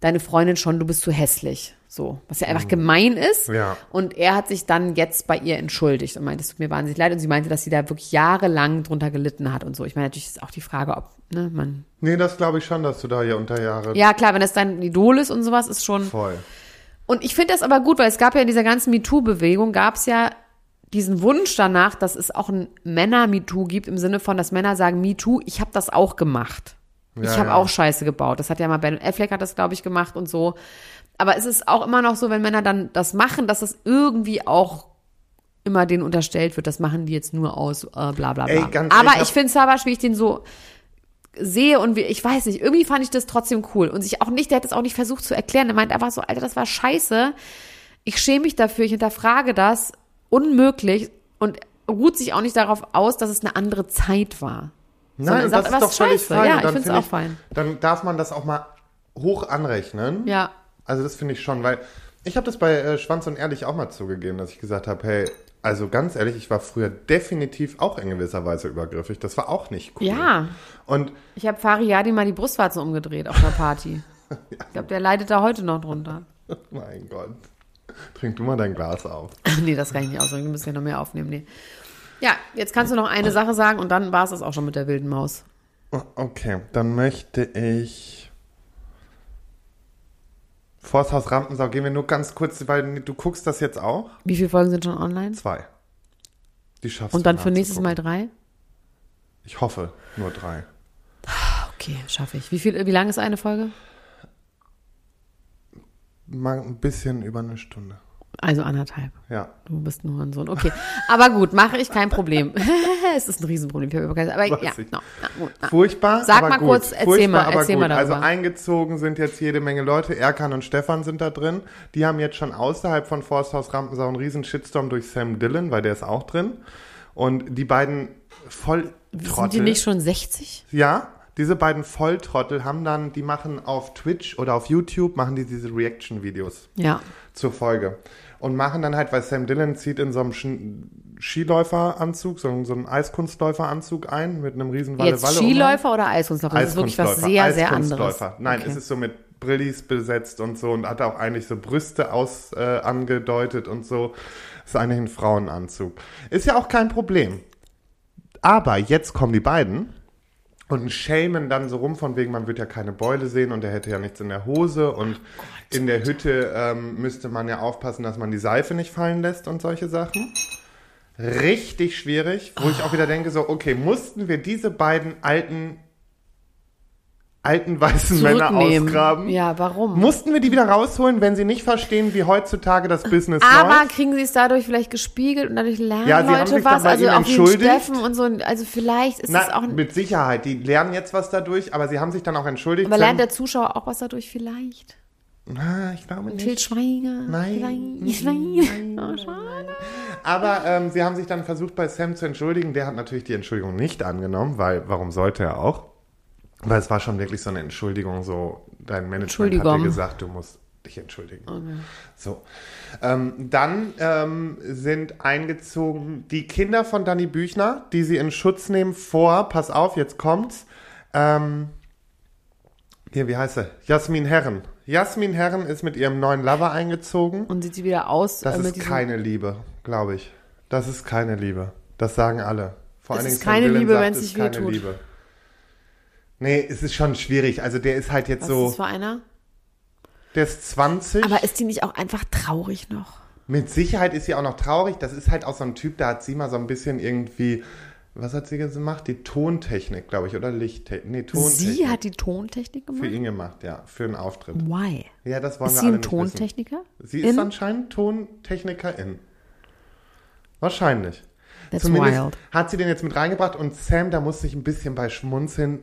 deine Freundin schon, du bist zu hässlich. So, was ja einfach gemein ist.
Ja.
Und er hat sich dann jetzt bei ihr entschuldigt und meinte, es tut mir wahnsinnig leid. Und sie meinte, dass sie da wirklich jahrelang drunter gelitten hat und so. Ich meine, natürlich ist auch die Frage, ob, ne, man.
Nee, das glaube ich schon, dass du da hier unter Jahre
Ja, klar, wenn das dein Idol ist und sowas, ist schon.
voll.
Und ich finde das aber gut, weil es gab ja in dieser ganzen MeToo-Bewegung, gab es ja diesen Wunsch danach, dass es auch ein Männer-MeToo gibt, im Sinne von, dass Männer sagen, MeToo, ich habe das auch gemacht.
Ja,
ich habe
ja.
auch Scheiße gebaut. Das hat ja mal Ben Affleck hat das, glaube ich, gemacht und so. Aber es ist auch immer noch so, wenn Männer dann das machen, dass das irgendwie auch immer denen unterstellt wird, das machen die jetzt nur aus äh, bla bla bla.
Ey, ganz
aber
ehrlich,
ich finde Savage, wie ich den so sehe und wie, ich weiß nicht, irgendwie fand ich das trotzdem cool. Und sich auch nicht, der hat es auch nicht versucht zu erklären. Er meint einfach so, Alter, das war scheiße. Ich schäme mich dafür, ich hinterfrage das. Unmöglich. Und ruht sich auch nicht darauf aus, dass es eine andere Zeit war. Sondern
Nein,
sagt,
das
aber
ist doch
es ist
völlig
scheiße.
fein.
Ja,
Und
ich
dann
find's
find
auch fein.
Dann darf man das auch mal hoch anrechnen.
Ja.
Also das finde ich schon, weil ich habe das bei äh, Schwanz und Ehrlich auch mal zugegeben, dass ich gesagt habe, hey, also ganz ehrlich, ich war früher definitiv auch in gewisser Weise übergriffig. Das war auch nicht cool.
Ja.
Und
Ich habe Fariadi mal die Brustwarzen umgedreht auf einer
[LAUGHS]
Party. Ich glaube, der leidet da heute noch drunter.
mein Gott, trink du mal dein Glas auf.
[LAUGHS] nee, das kann ich nicht ausdrücken. Wir müssen ja noch mehr aufnehmen. Nee. Ja, jetzt kannst du noch eine Sache sagen und dann war es das auch schon mit der wilden Maus.
O- Oh, Okay, dann möchte ich Forsthaus Rampensau gehen wir nur ganz kurz, weil du guckst das jetzt auch.
Wie viele Folgen sind schon online?
Zwei. Die schaffst du
Und dann für nächstes
nachzugucken.
Mal drei?
Ich hoffe, nur drei.
Okay, schaffe ich. Wie, viel, wie lang ist eine Folge?
Mal ein bisschen über eine Stunde.
Also anderthalb.
Ja.
Du bist nur ein Sohn. [LAUGHS] Okay. Aber gut, mache ich kein Problem. [LAUGHS] es ist ein Riesenproblem. Ich habe überhaupt keine- Aber
Weiß
ja,
ich.
no, na, gut, na.
Furchtbar.
Sag
aber
mal
gut.
kurz, erzähl
Furchtbar,
mal,
aber
erzähl
gut.
mal darüber.
Also eingezogen sind jetzt jede Menge Leute. Erkan und Stefan sind da drin. Die haben jetzt schon außerhalb von Forsthaus Rampensau einen riesen Shitstorm durch Sam Dillon, weil der ist auch drin. Und die beiden
Sind die
Volltrottel.
nicht schon 60?
Ja, diese beiden Volltrottel haben dann, die machen auf Twitch oder auf YouTube, machen die diese Reaction-Videos
Ja.
zur Folge. Und machen dann halt, weil Sam Dillon zieht in so einem Sch- Skiläuferanzug, so, so einem Eiskunstläuferanzug ein, mit einem riesen um Walle
Jetzt
Walle.
Skiläufer oder Eiskunstläufer? Das ist wirklich was sehr, sehr anderes.
Eiskunstläufer. Nein,
Okay.
es ist so mit Brillis besetzt und so und hat auch eigentlich so Brüste aus äh, angedeutet und so. Ist eigentlich ein Frauenanzug. Ist ja auch kein Problem. Aber jetzt kommen die beiden und schämen dann so rum von wegen, man wird ja keine Beule sehen und er hätte ja nichts in der Hose und in der Hütte ähm, müsste man ja aufpassen, dass man die Seife nicht fallen lässt und solche Sachen. Richtig schwierig, wo ich auch wieder denke, so, okay, mussten wir diese beiden alten alten weißen Männer
Zurücknehmen.
ausgraben.
Ja, warum?
Mussten wir die wieder rausholen, wenn sie nicht verstehen, wie heutzutage das Business
aber
läuft?
kriegen sie es dadurch vielleicht gespiegelt und dadurch lernen
Ja, sie haben
Leute
sich
was,
dann bei
also
ihnen
auch wie ein
entschuldigt.
Steffen und so, also vielleicht ist es
Na,
auch,
mit Sicherheit. Die lernen jetzt was dadurch, aber sie haben sich dann auch entschuldigt.
aber lernt
Sam-
der Zuschauer auch was dadurch vielleicht?
Na, ich glaube nicht.
Til Schweiger,
Nein.
vielleicht, nein, [LAUGHS] oh, schade.
Aber ähm, sie haben sich dann versucht, bei Sam zu entschuldigen. Der hat natürlich die Entschuldigung nicht angenommen, weil warum sollte er auch? Weil es war schon wirklich so eine Entschuldigung, so dein Management hat dir
Entschuldigung.
gesagt, du musst dich entschuldigen. So. Ähm, dann ähm, sind eingezogen die Kinder von Dani Büchner, die sie in Schutz nehmen vor, pass auf, jetzt kommt's. Ähm, hier, wie heißt sie? Jasmin Herren. Jasmin Herren ist mit ihrem neuen Lover eingezogen.
Und sieht sie wieder aus
Das
äh, mit
ist
diesem,
keine Liebe, glaube ich. Das ist keine Liebe. Das sagen alle. Vor
Es
allen
ist
Dingen
keine
Sam Dillon
Liebe,
sagt,
wenn's
es
nicht
ist keine
wehtut.
Liebe. Nee, es ist schon schwierig. Also der ist halt jetzt
was ist
so,
das für einer?
der ist 20.
Aber ist die nicht auch einfach traurig noch?
Mit Sicherheit ist sie auch noch traurig. Das ist halt auch so ein Typ, da hat sie mal so ein bisschen irgendwie, was hat sie gemacht? Die Tontechnik, glaube ich, oder Lichttechnik. Nee, Tontechnik.
Sie hat die Tontechnik
für
gemacht?
ihn gemacht, ja, für einen Auftritt.
Why?
Ja, das wollen
Ist
wir
sie
alle
ein
nicht wissen.
Tontechniker?
Sie ist
In?
anscheinend Tontechnikerin. Wahrscheinlich.
That's
Zumindest
wild.
hat sie den jetzt mit reingebracht und Sam, da musste ich ein bisschen bei schmunzeln.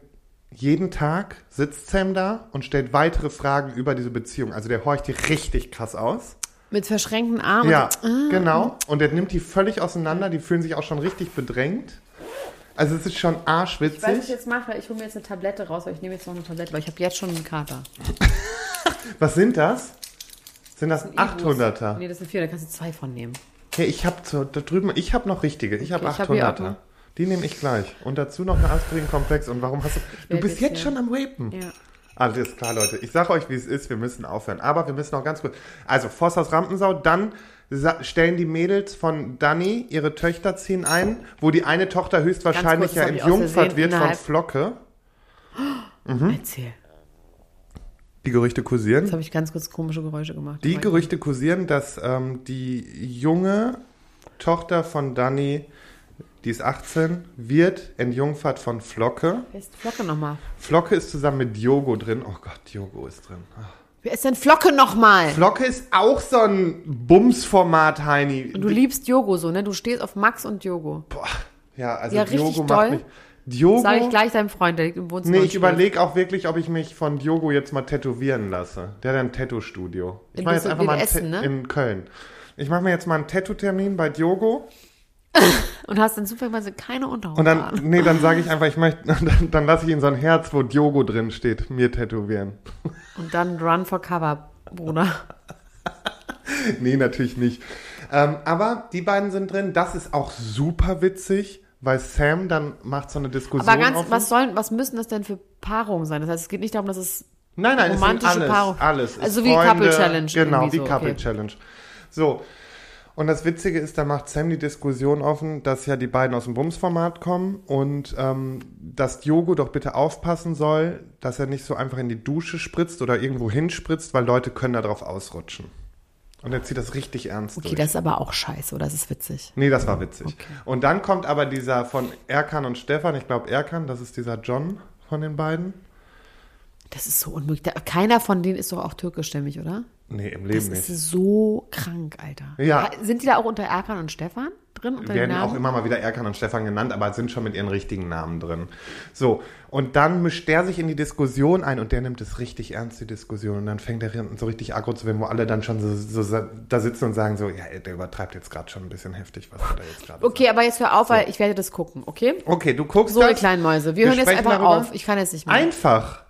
Jeden Tag sitzt Sam da und stellt weitere Fragen über diese Beziehung. Also der horcht die richtig krass aus.
Mit verschränkten Armen?
Ja,
ah.
genau. Und der nimmt die völlig auseinander. Die fühlen sich auch schon richtig bedrängt. Also es ist schon
Ich weiß, was ich
arschwitzig.
jetzt mache. Ich hole mir jetzt eine Tablette raus, weil ich nehme jetzt noch eine Tablette, weil ich habe jetzt schon einen Kater.
Was sind das? Sind das
Ein Ibus.
800er?
Nee, das sind vier, da kannst du zwei von nehmen.
Hey, ich habe da drüben, ich habe noch richtige, ich habe
Okay, ich hab hier auch
800er.
noch.
Die nehme ich gleich. Und dazu noch eine Aspirin-Komplex. Und warum hast du... Du
werd
bist
jetzt
jetzt
hier-
schon am Rapen.
Ja.
Alles klar, Leute. Ich sage euch, wie es ist. Wir müssen aufhören. Aber wir müssen noch ganz kurz... Also, Forsthaus Rampensau. Dann sa- stellen die Mädels von Dani ihre Töchter ziehen ein, wo die eine Tochter höchstwahrscheinlich
kurz,
ja
das hab ich aus
entjungfert
Versehen
wird von
innerhalb-
Flocke.
Erzähl.
Die Gerüchte kursieren.
Hm? Jetzt habe ich ganz kurz komische Geräusche gemacht.
Die
Aber-
Gerüchte kursieren, dass ähm, die junge Tochter von Dani, die ist 18, wird entjungfert von Flocke.
Wer ist Flocke nochmal?
Flocke ist zusammen mit Diogo drin. Oh Gott, Diogo ist drin. Ach.
Wer ist denn Flocke nochmal?
Flocke ist auch so ein Bumsformat, Heini.
Du liebst Jogo so, ne? Du stehst auf Max und Jogo.
Boah. Ja, also
Ja, richtig
Diogo macht
doll.
mich. Diogo.
Sag ich gleich deinem Freund, der liegt im Wohnzimmer.
Nee,
und
ich
schläft.
überlege auch wirklich, ob ich mich von Diogo jetzt mal tätowieren lasse. Der hat ein Tattoo-Studio. Ich
In
mache jetzt
Düssel-
einfach mal
in
ein
Essen,
Ta-
ne?
in Köln. Ich mache mir jetzt mal einen Tattoo-Termin bei Diogo.
Und hast dann zufälligerweise keine Unterhose
Und dann,
an.
nee, dann sage ich einfach, ich möchte, [LAUGHS] dann, dann lasse ich ihn so ein Herz, wo Diogo drin steht, mir tätowieren.
Und dann run for cover, Bruder.
[LAUGHS] Nee, natürlich nicht. Ähm, aber die beiden sind drin. Das ist auch super witzig, weil Sam dann macht so eine Diskussion.
Aber ganz,
auf.
was sollen, was müssen das denn für Paarungen sein? Das heißt, es geht nicht darum, dass es
nein, nein, es sind
romantische
alles,
Paarung-
alles. Es
Also wie Couple Challenge
Genau,
irgendwie
wie
so,
Couple
okay.
Challenge. So. Und das Witzige ist, da macht Sam die Diskussion offen, dass ja die beiden aus dem Bums-Format kommen und ähm, dass Diogo doch bitte aufpassen soll, dass er nicht so einfach in die Dusche spritzt oder irgendwo hinspritzt, weil Leute können da drauf ausrutschen. Und er zieht das richtig ernst
Okay,
durch.
das ist aber auch scheiße, oder? Das ist witzig.
Nee, das war witzig. Und dann kommt aber dieser von Erkan und Stefan, ich glaube Erkan, das ist dieser John von den beiden.
Das ist so unmöglich. Da, keiner von denen ist doch auch türkischstämmig, oder?
Nee, im
Das
Leben
ist
nicht.
so krank, Alter.
Ja.
Sind die da auch unter Erkan und Stefan drin? Unter
Wir
den
werden
Namen?
auch immer mal wieder Erkan und Stefan genannt, aber sind schon mit ihren richtigen Namen drin. So, und dann mischt der sich in die Diskussion ein und der nimmt es richtig ernst, die Diskussion. Und dann fängt er hinten so richtig aggro zu werden, wo alle dann schon so, so da sitzen und sagen so, ja, ey, der übertreibt jetzt gerade schon ein bisschen heftig, was er da jetzt gerade
Okay, aber jetzt hör auf, weil ich werde das gucken, okay?
sagt. Okay, du guckst
So, ihr
das.
kleinen Mäuse, wir, hören jetzt
sprechen
einfach
darüber.
auf. Ich kann jetzt nicht mehr.
Einfach.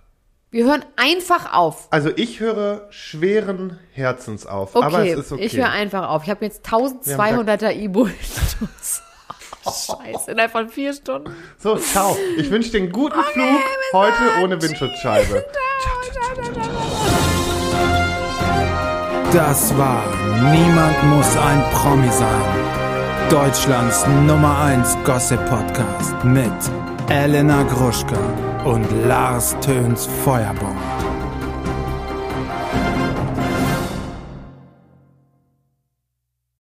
wir hören einfach auf.
Also ich höre schweren Herzens auf,
Okay,
aber es ist okay.
ich höre einfach auf. Ich habe jetzt 1200er [LAUGHS] E-Bull. Scheiße, innerhalb von vier Stunden.
so, ciao. Ich wünsche dir einen guten Flug heute ohne Windschutzscheibe.
Das war Niemand muss ein Promi sein. Deutschlands Nummer 1 Gossip Podcast mit Elena Gruschka und Lars Töns Feuerbomb.